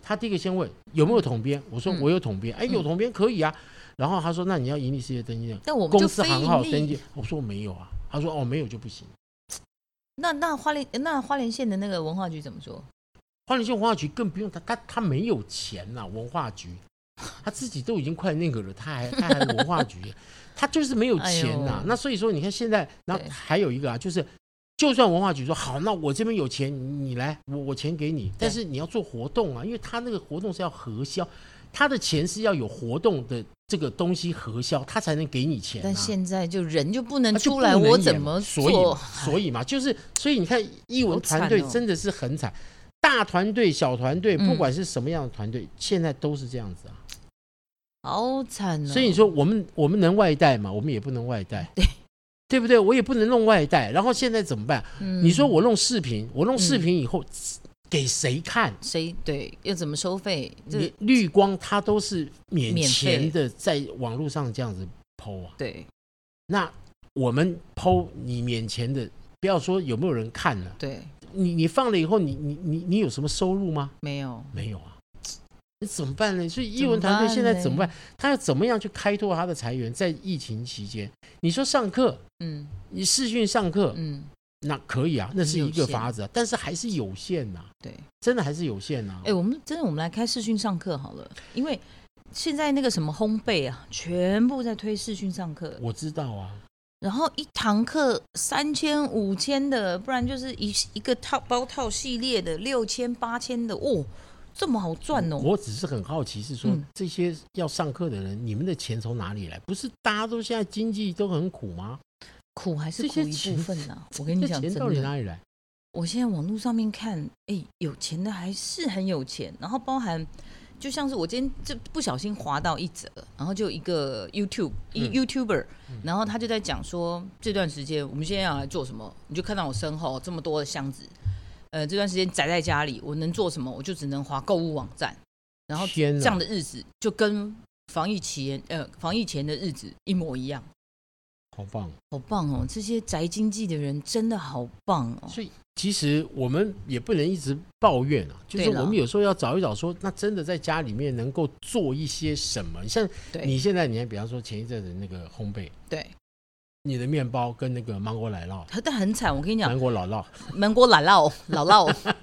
Speaker 1: 他第一个先问有没有统编，我说
Speaker 2: 嗯
Speaker 1: 我有统编，哎，有统编可以啊。然后他说，那你要盈利事业登记证，
Speaker 2: 但我们
Speaker 1: 公
Speaker 2: 就
Speaker 1: 司
Speaker 2: 非
Speaker 1: 行号
Speaker 2: 盈
Speaker 1: 登
Speaker 2: 利
Speaker 1: 记。，我说我没有啊。他说哦，没有就不行。
Speaker 2: 那那花莲那花莲县的那个文化局怎么说？
Speaker 1: 花莲县文化局更不用他，他他没有钱呐、文化局他自己都已经快那个了，他还他还文化局， 他就是没有钱呐、
Speaker 2: 哎呦
Speaker 1: 那所以说，你看现在，然后
Speaker 2: 对
Speaker 1: 还有一个啊，就是就算文化局说好，那我这边有钱，你你来，我我钱给你，但是你要做活动啊，因为他那个活动是要核销，他的钱是要有活动的这个东西核销，他才能给你钱、啊。
Speaker 2: 但现在就人就不能
Speaker 1: 啊就
Speaker 2: 出
Speaker 1: 不
Speaker 2: 来，
Speaker 1: 能
Speaker 2: 我
Speaker 1: 演
Speaker 2: 怎么
Speaker 1: 所以
Speaker 2: 做
Speaker 1: 嘛？所以嘛，就是所以你看，艺文
Speaker 2: 好惨
Speaker 1: 团队
Speaker 2: 哦
Speaker 1: 真的是很惨，大团队、小团队，
Speaker 2: 嗯
Speaker 1: 不管是什么样的团队，现在都是这样子啊。
Speaker 2: 好惨哦！
Speaker 1: 所以你说我们我们能外贷吗？我们也不能外贷，对对不对？我也不能弄外贷。然后现在怎么办？
Speaker 2: 嗯
Speaker 1: 你说我弄视频，我弄视频以后、给谁看？
Speaker 2: 谁对要怎么收费？这
Speaker 1: 你绿光它都是免
Speaker 2: 免费
Speaker 1: 钱的，在网络上这样子抛啊。
Speaker 2: 对
Speaker 1: 那我们抛你免钱的，不要说有没有人看了、
Speaker 2: 对
Speaker 1: 你你放了以后，你你你你有什么收入吗？
Speaker 2: 没有，
Speaker 1: 没有啊，那怎么办呢？所以艺文团队现在怎么办？他要怎么样去开拓他的裁员？在疫情期间，你说上课，
Speaker 2: 嗯
Speaker 1: 你视讯上课，
Speaker 2: 嗯
Speaker 1: 那可以啊，那是一
Speaker 2: 有
Speaker 1: 个
Speaker 2: 限
Speaker 1: 法子啊，但是还是有限呐、
Speaker 2: 对。
Speaker 1: 真的还是有限呐、
Speaker 2: 哎、我们真的，我们来开视讯上课好了，因为现在那个什么烘焙啊，全部在推视讯上课，
Speaker 1: 我知道啊，
Speaker 2: 然后一堂课三千、五千的，不然就是一一个套包套系列的六千、八千的，哦，这么好赚哦！
Speaker 1: 我只是很好奇，是说、
Speaker 2: 嗯
Speaker 1: 这些要上课的人，你们的钱从哪里来？不是大家都现在经济都很苦吗？
Speaker 2: 苦还是
Speaker 1: 这
Speaker 2: 苦
Speaker 1: 些
Speaker 2: 一部
Speaker 1: 钱
Speaker 2: 分呐、我跟你
Speaker 1: 这
Speaker 2: 讲，真
Speaker 1: 钱到底
Speaker 2: 的，
Speaker 1: 哪里来？
Speaker 2: 我现在网络上面看，哎、有钱的还是很有钱，然后包含。就像是我今天就不小心滑到一则，然后就一个 YouTube 一
Speaker 1: 嗯
Speaker 2: YouTuber，、然后他就在讲说这段时间我们现在要来做什么，你就看到我身后这么多的箱子，呃，这段时间宅在家里，我能做什么？我就只能滑购物网站，然后
Speaker 1: 天
Speaker 2: 这
Speaker 1: 哪
Speaker 2: 样的日子就跟防疫前呃防疫前的日子一模一样，
Speaker 1: 好棒！啊
Speaker 2: 好棒哦！这些宅经济的人真的好棒哦，
Speaker 1: 所以其实我们也不能一直抱怨啊，就是
Speaker 2: 对啦
Speaker 1: 我们有时候要找一找说，那真的在家里面能够做一些什么？像
Speaker 2: 对
Speaker 1: 你现在，你看，比方说前一阵子那个烘焙，
Speaker 2: 对，
Speaker 1: 你的面包跟那个芒果奶酪、
Speaker 2: 但很惨，我跟你讲，
Speaker 1: 芒果老酪，
Speaker 2: 门国姥姥姥姥，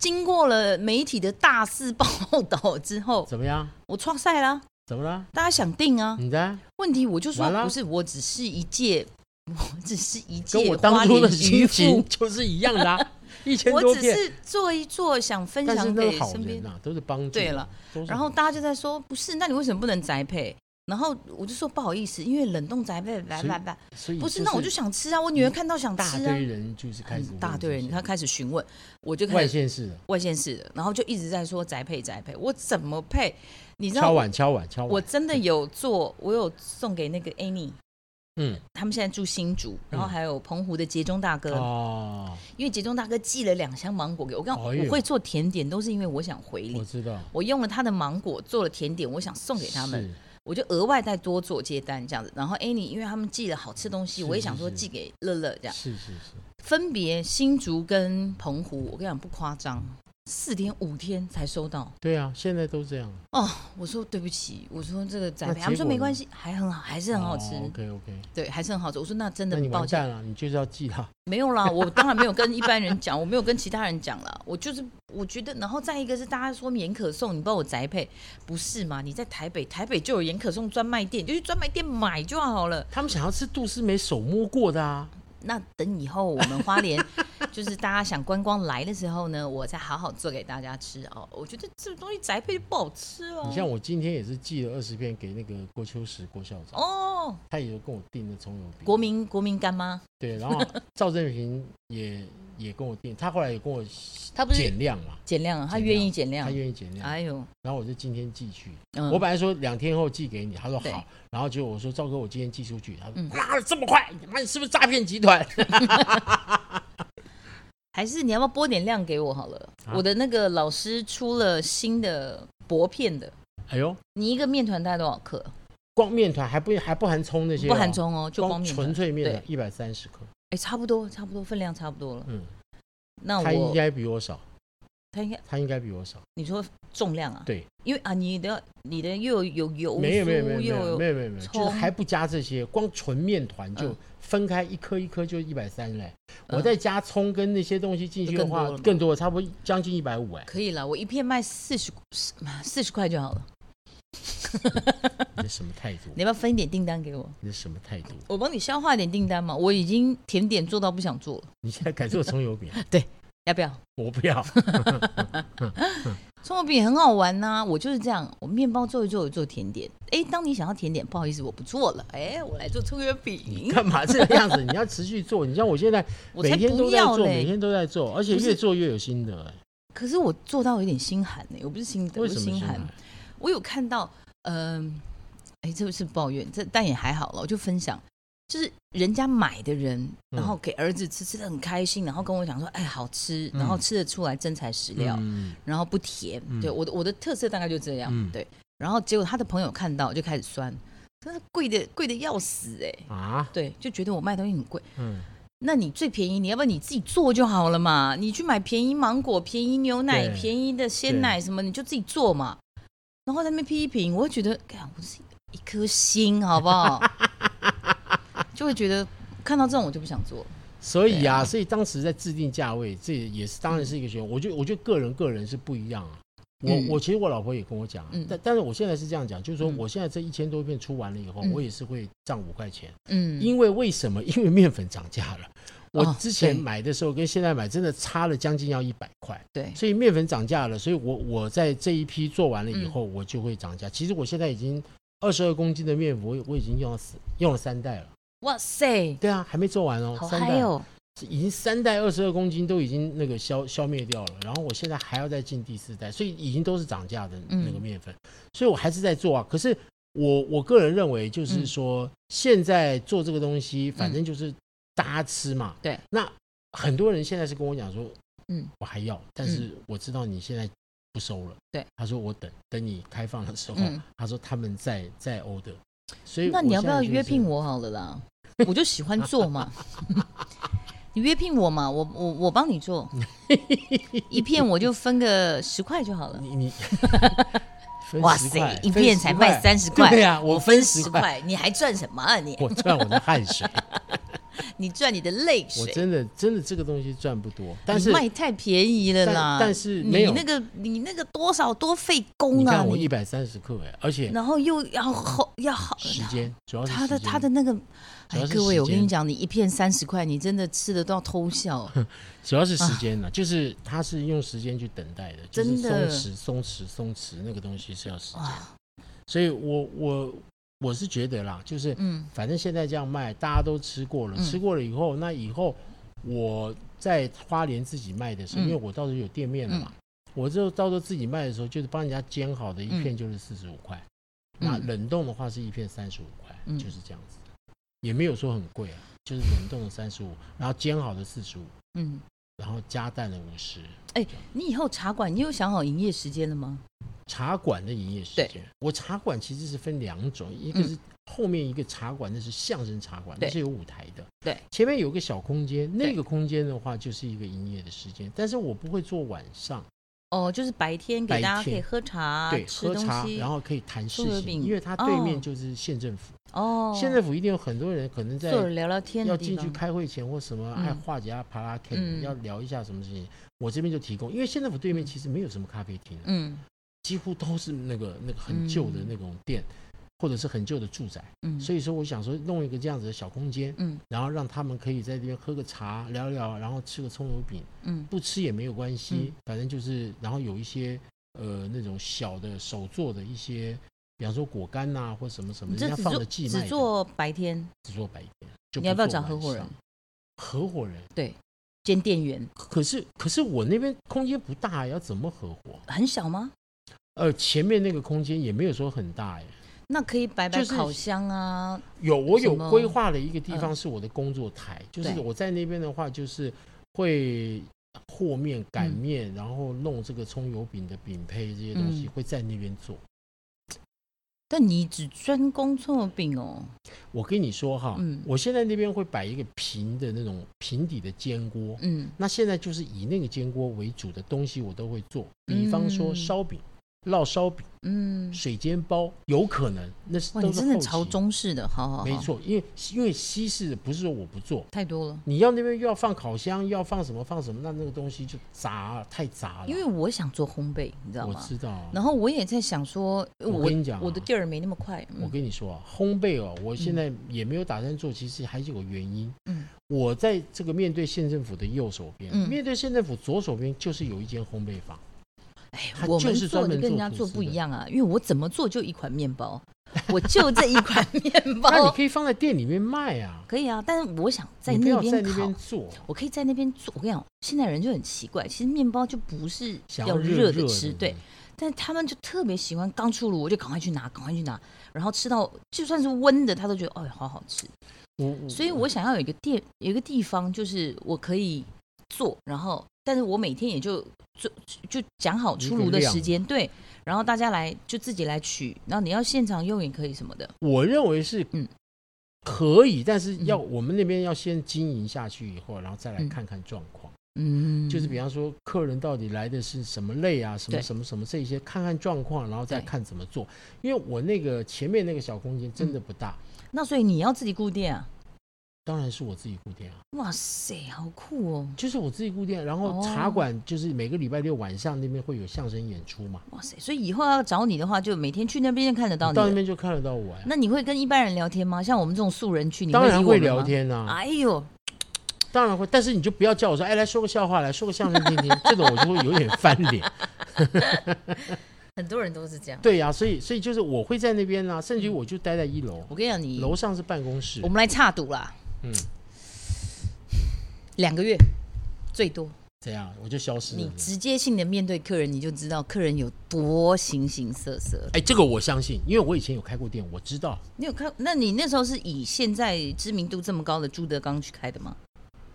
Speaker 2: 经过了媒体的大肆报道之后，
Speaker 1: 怎么样？
Speaker 2: 我创赛啦，
Speaker 1: 怎么了？
Speaker 2: 大家想定啊？
Speaker 1: 你的
Speaker 2: 问题我就说
Speaker 1: 完了
Speaker 2: 不是，我只是一介，我只是一介
Speaker 1: 跟我
Speaker 2: 花
Speaker 1: 当初
Speaker 2: 莲
Speaker 1: 的
Speaker 2: 渔
Speaker 1: 心
Speaker 2: 夫
Speaker 1: 情，就是一样的、啊，一千
Speaker 2: 我
Speaker 1: 多
Speaker 2: 只
Speaker 1: 片。
Speaker 2: 是做一做，想分
Speaker 1: 但是
Speaker 2: 享
Speaker 1: 那
Speaker 2: 给
Speaker 1: 个好
Speaker 2: 身边
Speaker 1: 人。啊，都是帮助。
Speaker 2: 对了，
Speaker 1: 都是好人，
Speaker 2: 然后大家就在说，不是，那你为什么不能宅配？然后我就说不好意思，因为冷冻宅配，来
Speaker 1: 所以
Speaker 2: 来来，
Speaker 1: 所以
Speaker 2: 不是，
Speaker 1: 就
Speaker 2: 那我就想吃啊，我女儿看到想
Speaker 1: 大
Speaker 2: 吃啊
Speaker 1: 堆，人就是开始
Speaker 2: 嗯大堆人，
Speaker 1: 看
Speaker 2: 她开始询问，我就开
Speaker 1: 外
Speaker 2: 始
Speaker 1: 县市的，
Speaker 2: 外县市的，然后就一直在说宅配宅配，我怎么配？你知道
Speaker 1: 敲碗敲碗嗯敲
Speaker 2: 我
Speaker 1: 碗，
Speaker 2: 真的有做，我有送给那个 Annie，
Speaker 1: 嗯，
Speaker 2: 他们现在住新竹，然后还有澎湖的杰中大哥，
Speaker 1: 哦，
Speaker 2: 因为杰中大哥寄了两箱芒果给我。我刚、
Speaker 1: 哎呦
Speaker 2: 我会做甜点，都是因为我想回礼
Speaker 1: 我。知道，
Speaker 2: 我用了他的芒果做了甜点，我想送给他们，
Speaker 1: 是，
Speaker 2: 我就额外再多做接单这样子。然后 Annie，因为他们寄了好吃的东西，
Speaker 1: 是
Speaker 2: 我也想
Speaker 1: 是
Speaker 2: 说
Speaker 1: 是
Speaker 2: 寄给乐乐这样。
Speaker 1: 是是是，
Speaker 2: 分别新竹跟澎湖，我跟你讲不夸张，四天五天才收到。
Speaker 1: 对啊，现在都这样，
Speaker 2: 哦，我说对不起，我说这个宰
Speaker 1: 那
Speaker 2: 培，他们
Speaker 1: 结
Speaker 2: 说
Speaker 1: 果
Speaker 2: 没
Speaker 1: 呢哦
Speaker 2: 关系，还很好，还是很好吃，
Speaker 1: OK OK，
Speaker 2: 对，还是很好吃。我说那真的
Speaker 1: 那你
Speaker 2: 抱
Speaker 1: 完
Speaker 2: 歉，
Speaker 1: 蛋了，你就是要记他，
Speaker 2: 没有啦，我当然没有跟一般人讲，我没有跟其他人讲啦，我就是我觉得，然后再一个是大家说盐可颂，你帮我宅配，不是嘛？你在台北，台北就有盐可颂专卖店，你就去专卖店买就好了。
Speaker 1: 他们想要吃杜思梅手摸过的啊，
Speaker 2: 那等以后我们花莲 就是大家想观光来的时候呢，我再好好做给大家吃哦。我觉得这个东西宅配就不好吃哦。
Speaker 1: 你像我今天也是寄了二十片给那个郭秋实郭校长，
Speaker 2: 哦，
Speaker 1: 他也有跟我订了葱油饼，
Speaker 2: 国民国民干妈，
Speaker 1: 对，然后 赵正平也也跟我订，他后来也跟我
Speaker 2: 他不是
Speaker 1: 减量嘛，
Speaker 2: 减量啊，他
Speaker 1: 减
Speaker 2: 愿意
Speaker 1: 量
Speaker 2: 减量
Speaker 1: 他。愿意减量，
Speaker 2: 哎呦，
Speaker 1: 然后我就今天寄去，
Speaker 2: 嗯
Speaker 1: 我本来说两天后寄给你，他说
Speaker 2: 对
Speaker 1: 好，然后结果我说赵哥，我今天寄出去，他说
Speaker 2: 嗯
Speaker 1: 妈的这么快，你妈你是不是诈骗集 团？
Speaker 2: 还是你要不要拨点量给我好了？
Speaker 1: 啊
Speaker 2: 我的那个老师出了新的薄片的，
Speaker 1: 哎呦，
Speaker 2: 你一个面团大概多少克？
Speaker 1: 光面团还不还不含葱那些哦，
Speaker 2: 不含葱哦，就光
Speaker 1: 光
Speaker 2: 面团
Speaker 1: 纯。粹面团一百三十克，
Speaker 2: 哎，差不多，差不多，分量差不多了。
Speaker 1: 嗯，
Speaker 2: 那
Speaker 1: 他应
Speaker 2: 我
Speaker 1: 该比我少，
Speaker 2: 他应该
Speaker 1: 他应该比我少，
Speaker 2: 你说重量啊？
Speaker 1: 对，
Speaker 2: 因为啊，你的你的又有油
Speaker 1: 没有没有
Speaker 2: 酥
Speaker 1: 没有没
Speaker 2: 又
Speaker 1: 有没有没有没有，就是
Speaker 2: 葱
Speaker 1: 还不加这些，光纯面团就
Speaker 2: 嗯
Speaker 1: 分开一颗一颗就一百三嘞，
Speaker 2: 嗯
Speaker 1: 我再加葱跟那些东西进去的
Speaker 2: 就更多
Speaker 1: 话
Speaker 2: 了，嘛
Speaker 1: 更多，差不多将近一百五哎，
Speaker 2: 可以了，我一片卖四十四十块就好 了。
Speaker 1: 你这什么态 度？
Speaker 2: 你要不要分一点订单给我？
Speaker 1: 你这什么态度？
Speaker 2: 我帮你消化一点订单嘛。我已经甜点做到不想做了，
Speaker 1: 你现在改做葱 油饼，
Speaker 2: 要不要？
Speaker 1: 我不要。
Speaker 2: 葱油饼也很好玩呐、我就是这样，我面包做一做，我做甜点。哎，当你想要甜点，不好意思，我不做了，哎，我来做葱油饼。
Speaker 1: 干嘛这个样子？你要持续做。你像我现在
Speaker 2: 我才
Speaker 1: 每天
Speaker 2: 不
Speaker 1: 都在
Speaker 2: 要
Speaker 1: 做，
Speaker 2: 嘞
Speaker 1: 每天都在做，而且
Speaker 2: 不是
Speaker 1: 越做越有心得、哎
Speaker 2: 可是我做到有点心寒呢、我不是心得，
Speaker 1: 为
Speaker 2: 我
Speaker 1: 什
Speaker 2: 是
Speaker 1: 么
Speaker 2: 心
Speaker 1: 心
Speaker 2: 寒
Speaker 1: 寒。？
Speaker 2: 我有看到，嗯、哎，这不是抱怨，这但也还好了，我就分享，就是人家买的人，
Speaker 1: 嗯
Speaker 2: 然后给儿子吃，吃的很开心，然后跟我讲说，哎，好吃，然后吃得出来真材实料，
Speaker 1: 嗯，
Speaker 2: 然后不甜，
Speaker 1: 嗯
Speaker 2: 对，我的我的特色大概就这样，
Speaker 1: 嗯
Speaker 2: 对，然后结果他的朋友看到就开始酸，真的贵的贵的要死哎、
Speaker 1: 啊，
Speaker 2: 对，就觉得我卖东西很贵。
Speaker 1: 嗯，
Speaker 2: 那你最便宜，你要不然你自己做就好了嘛。你去买便宜芒果、便宜牛奶、
Speaker 1: 对
Speaker 2: 便宜的鲜奶什么，你就自己做嘛。然后在那边批评，我会觉得，干，我是一颗心，好不好？ 就会觉得看到这种我就不想做。
Speaker 1: 所以
Speaker 2: 对
Speaker 1: 啊，
Speaker 2: 啊
Speaker 1: 所以当时在制定价位，这也是当然是一个学问。我觉得，我觉得个人个人是不一样啊。我、
Speaker 2: 嗯
Speaker 1: 我其实我老婆也跟我讲啊，
Speaker 2: 嗯
Speaker 1: 但但是我现在是这样讲，就是说
Speaker 2: 嗯
Speaker 1: 我现在这一千多片出完了以后，
Speaker 2: 嗯
Speaker 1: 我也是会涨五块钱，
Speaker 2: 嗯，
Speaker 1: 因为为什么？ 因为面粉涨价了。我
Speaker 2: 哦
Speaker 1: 之前
Speaker 2: 对
Speaker 1: 买的时候跟现在买真的差了将近要一百块。
Speaker 2: 对，
Speaker 1: 所以面粉涨价了，所以我我在这一批做完了以后，
Speaker 2: 嗯
Speaker 1: 我就会涨价。其实我现在已经二十二公斤的面粉，我我已经用了四用了三袋了。
Speaker 2: 哇塞，
Speaker 1: 对啊，还没做完哦，
Speaker 2: 好
Speaker 1: 三
Speaker 2: 嗨
Speaker 1: 袋、
Speaker 2: 哦！
Speaker 1: 已经三袋二十二公斤都已经那个消消灭掉了，然后我现在还要再进第四袋，所以已经都是涨价的
Speaker 2: 嗯
Speaker 1: 那个面粉，所以我还是在做啊。可是我我个人认为，
Speaker 2: 嗯
Speaker 1: 就是说、现在做这个东西，反正就是大家吃嘛。
Speaker 2: 嗯对，
Speaker 1: 那很多人现在是跟我讲说，
Speaker 2: 嗯，
Speaker 1: 我还要，但是我知道你现在不收了。
Speaker 2: 对，
Speaker 1: 他说我等等你开放的时候，
Speaker 2: 嗯
Speaker 1: 他说他们在在 order，所以
Speaker 2: 那你要不要约聘
Speaker 1: 我
Speaker 2: 我好 了啦？我就喜欢做嘛。 你约聘我嘛，我我我帮你 做，一片我就分个十块就好了
Speaker 1: 现在就是？。你 你。分
Speaker 2: 哇
Speaker 1: 10
Speaker 2: 塞
Speaker 1: 块，
Speaker 2: 一
Speaker 1: 分
Speaker 2: 片
Speaker 1: 10
Speaker 2: 才
Speaker 1: 块
Speaker 2: 卖三十块，
Speaker 1: 对呀、我分
Speaker 2: 十
Speaker 1: 十 块，
Speaker 2: 块，你还赚什么啊你？
Speaker 1: 我赚我的汗 水，
Speaker 2: 你赚你的泪
Speaker 1: 我
Speaker 2: 水。
Speaker 1: 真的真的这个东西赚不多，但
Speaker 2: 你
Speaker 1: 是
Speaker 2: 卖太便宜了啦！
Speaker 1: 但但是没
Speaker 2: 你
Speaker 1: 有
Speaker 2: 那个你那个多少多费
Speaker 1: 你
Speaker 2: 工啊！
Speaker 1: 看我
Speaker 2: 你
Speaker 1: 一百三十克哎，而且
Speaker 2: 然后又要好要好
Speaker 1: 时间主要是
Speaker 2: 他的
Speaker 1: 时间
Speaker 2: 他的那个，
Speaker 1: 主要
Speaker 2: 哎，
Speaker 1: 是
Speaker 2: 各位，
Speaker 1: 时
Speaker 2: 我跟
Speaker 1: 间
Speaker 2: 你讲，你一片三十块，你真的吃的都要 偷笑。
Speaker 1: 主要是时间呢、就是他是用时间去等待的，就是
Speaker 2: 啊真
Speaker 1: 松
Speaker 2: 的
Speaker 1: 弛松弛松弛那个东西是要时间，
Speaker 2: 啊，
Speaker 1: 所以我我我是觉得啦，就是
Speaker 2: 嗯，
Speaker 1: 反正现在这样卖，大家都吃过了，
Speaker 2: 嗯
Speaker 1: 吃过了以后，那以后我在花莲自己卖的时候，
Speaker 2: 嗯
Speaker 1: 因为我到时候有店面了嘛，我就到时候自己卖的时候，就是帮人家煎好的一片
Speaker 2: 嗯
Speaker 1: 就是四十五块，那
Speaker 2: 嗯
Speaker 1: 冷冻的话是一片三十五块，
Speaker 2: 嗯
Speaker 1: 就是这样子，也没有说很贵啊，就是冷冻的三十五，然后煎好的四十五，
Speaker 2: 嗯，
Speaker 1: 然后加蛋的五十。
Speaker 2: 你以后茶馆，你有想好营业时间了吗？
Speaker 1: 茶馆的营业时间，我茶馆其实是分两种，
Speaker 2: 嗯
Speaker 1: 一个是后面一个茶馆，那是相声茶馆，
Speaker 2: 对
Speaker 1: 那是有舞台的。
Speaker 2: 对，
Speaker 1: 前面有个小空间，那个空间的话就是一个营业的时间，但是我不会做晚上，
Speaker 2: 哦，就是白天
Speaker 1: 白
Speaker 2: 给大家可以
Speaker 1: 天
Speaker 2: 喝茶、
Speaker 1: 对，
Speaker 2: 啊吃
Speaker 1: 喝
Speaker 2: 东
Speaker 1: 茶，
Speaker 2: 西，
Speaker 1: 然后可以谈事
Speaker 2: 做个
Speaker 1: 情，
Speaker 2: 饼
Speaker 1: 因为它对面
Speaker 2: 哦
Speaker 1: 就是县政府，
Speaker 2: 哦，
Speaker 1: 县政府一定有很多人可能在
Speaker 2: 坐着聊聊天
Speaker 1: 要
Speaker 2: 的地
Speaker 1: 进去
Speaker 2: 方，
Speaker 1: 开会前或什么，
Speaker 2: 嗯
Speaker 1: 爱化解啊、啪啦 K，、
Speaker 2: 嗯
Speaker 1: 要聊一下什么事情，我这边就提供，因为县政府对面其实没有什么咖啡厅啊、
Speaker 2: 嗯
Speaker 1: 几乎都是那个那个很旧的那种店，或者是很旧的住宅。
Speaker 2: 嗯，
Speaker 1: 所以说，我想说弄一个这样子的小空间，
Speaker 2: 嗯
Speaker 1: 然后让他们可以在这边喝个茶、聊聊，然后吃个葱油饼，
Speaker 2: 嗯
Speaker 1: 不吃也没有关系
Speaker 2: 嗯，
Speaker 1: 反正就是，然后有一些呃那种小的手做的一些，比方说果干呐、或什么什么，
Speaker 2: 你
Speaker 1: 人
Speaker 2: 这
Speaker 1: 家
Speaker 2: 只
Speaker 1: 放
Speaker 2: 做
Speaker 1: 的寄卖
Speaker 2: 只
Speaker 1: 的，
Speaker 2: 做白天，
Speaker 1: 只做白天，就
Speaker 2: 你要不要
Speaker 1: 做
Speaker 2: 找合
Speaker 1: 晚
Speaker 2: 伙人
Speaker 1: 上？合伙人，
Speaker 2: 对，兼店员
Speaker 1: 可是可是我那边空间不大，要怎么合伙？
Speaker 2: 很小吗？
Speaker 1: 呃，前面那个空间也没有说很大哎，
Speaker 2: 那可以摆摆
Speaker 1: 就是
Speaker 2: 烤箱啊，
Speaker 1: 有，我有
Speaker 2: 什么
Speaker 1: 规划的一个地方
Speaker 2: 嗯
Speaker 1: 是我的工作台，就是
Speaker 2: 对
Speaker 1: 我在那边的话，就是会和面、擀
Speaker 2: 嗯
Speaker 1: 面，然后弄这个葱油饼的饼胚这些东西，
Speaker 2: 嗯
Speaker 1: 会在那边做。
Speaker 2: 但你只专攻葱油饼哦，
Speaker 1: 我跟你说哈，
Speaker 2: 嗯
Speaker 1: 我现在那边会摆一个平的那种平底的煎锅，
Speaker 2: 嗯
Speaker 1: 那现在就是以那个煎锅为主的东西我都会做，比方说
Speaker 2: 嗯
Speaker 1: 烧饼、烙烧饼、
Speaker 2: 嗯，
Speaker 1: 水煎包，有可能那是
Speaker 2: 哇，
Speaker 1: 都
Speaker 2: 你
Speaker 1: 是
Speaker 2: 真的
Speaker 1: 后
Speaker 2: 朝
Speaker 1: 期
Speaker 2: 中啊式的，好好好，
Speaker 1: 没，错，因为因为西式的不是说我不做，
Speaker 2: 太多了。
Speaker 1: 你要那边又要放烤箱，又要放什么放什么，那那个东西就杂，太杂了。
Speaker 2: 因为我想做烘焙，你知道
Speaker 1: 我
Speaker 2: 吗？
Speaker 1: 知道啊，
Speaker 2: 然后我也在想说，
Speaker 1: 我
Speaker 2: 我
Speaker 1: 跟你讲啊
Speaker 2: 我的地儿没那么快，
Speaker 1: 我
Speaker 2: 嗯
Speaker 1: 跟你说啊，烘焙哦，我现在也没有打算做，其实还是有原因。
Speaker 2: 嗯，
Speaker 1: 我在这个面对县政府的右手边，
Speaker 2: 嗯
Speaker 1: 面对县政府左手边就是有一间烘焙坊，
Speaker 2: 哎
Speaker 1: 他，
Speaker 2: 我
Speaker 1: 就
Speaker 2: 们
Speaker 1: 是专
Speaker 2: 做的
Speaker 1: 门
Speaker 2: 跟
Speaker 1: 做
Speaker 2: 人家
Speaker 1: 吐
Speaker 2: 做
Speaker 1: 司
Speaker 2: 不
Speaker 1: 的
Speaker 2: 一样啊，因为我怎么做就一款面包，我就这一款面
Speaker 1: 那你
Speaker 2: 包
Speaker 1: 可以放在店里面卖啊，
Speaker 2: 可以啊，但是我想在
Speaker 1: 你不要
Speaker 2: 那
Speaker 1: 在
Speaker 2: 边
Speaker 1: 那
Speaker 2: 烤
Speaker 1: 边，做。
Speaker 2: 我可以在那边做。我跟你讲，现在人就很奇怪，其实面包就不是
Speaker 1: 想
Speaker 2: 要
Speaker 1: 热
Speaker 2: 的
Speaker 1: 的
Speaker 2: 吃，对，，但他们就特别喜欢刚出炉我就赶快去拿，赶快去拿，然后吃到就算是温的，他都觉得哎好好吃。
Speaker 1: 我我
Speaker 2: 所以我想要有一个店，有一个地方，就是我可以做，然后，但是我每天也就做，就讲好出炉的时间，对，然后大家来就自己来取，然后你要现场用也可以什么的，
Speaker 1: 我认为是
Speaker 2: 嗯
Speaker 1: 可以，但是要
Speaker 2: 嗯
Speaker 1: 我们那边要先经营下去以后，然后再来
Speaker 2: 嗯
Speaker 1: 看看状况。
Speaker 2: 嗯，
Speaker 1: 就是比方说客人到底来的是什么类啊，什么
Speaker 2: 对
Speaker 1: 什么什么这一些，看看状况，然后再
Speaker 2: 对
Speaker 1: 看怎么做。因为我那个前面那个小空间真
Speaker 2: 嗯
Speaker 1: 的不大，
Speaker 2: 那所以你要自己固定啊，
Speaker 1: 当然是我自己固定啊，
Speaker 2: 哇塞，好酷哦，
Speaker 1: 就是我自己固定。啊然后
Speaker 2: 哦
Speaker 1: 茶馆就是每个礼拜六晚上那边会有相声演出嘛，
Speaker 2: 哇塞，所以以后要找你的话，就每天去那边就看得到你
Speaker 1: 到那
Speaker 2: 了。
Speaker 1: 边就看得到我呀。
Speaker 2: 那你会跟一般人聊天吗？像我们这种素人去，你
Speaker 1: 当然会
Speaker 2: 会理我们吗
Speaker 1: 聊。天啊，
Speaker 2: 哎呦，
Speaker 1: 当然会，但是你就不要叫我说，哎，来说个笑话，来说个相声听听，这种我就会有点翻脸。
Speaker 2: 很多人都是这样。
Speaker 1: 对呀、所以所以就是我会在那边啊，甚至于我就待在一楼，
Speaker 2: 我跟你讲，你
Speaker 1: 楼上是办公室
Speaker 2: 嗯我，们来差赌啦。
Speaker 1: 嗯
Speaker 2: 嗯，两个月最多，
Speaker 1: 这样我就消失了
Speaker 2: 你。直接性的面对客人，你就知道客人有多形形色色。
Speaker 1: 哎，这个我相信，因为我以前有开过店，我知道。
Speaker 2: 你有看？那你那时候是以现在知名度这么高的朱德刚去开的吗？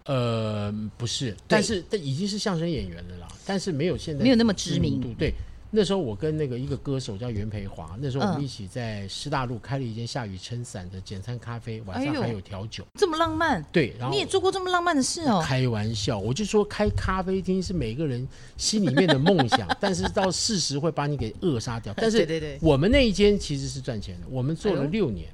Speaker 1: 呃，不是，但是但已经是相声演员了啦，但是没有现在
Speaker 2: 没有那么知名
Speaker 1: 度。对，那时候我跟那个一个歌手叫袁培华，那时候我们
Speaker 2: 嗯
Speaker 1: 一起在师大路开了一间下雨撑伞的简餐咖啡，晚上
Speaker 2: 哎呦
Speaker 1: 还有调酒。
Speaker 2: 这么浪漫，
Speaker 1: 对，然后
Speaker 2: 你也做过这么浪漫的事哦。
Speaker 1: 开玩笑，我就说开咖啡厅是每个人心里面的梦想， 但是到事实会把你给扼杀掉。但
Speaker 2: 对
Speaker 1: 是
Speaker 2: 对对，
Speaker 1: 我们那一间其实是赚钱的，我们做了
Speaker 2: 哎呦
Speaker 1: 六年。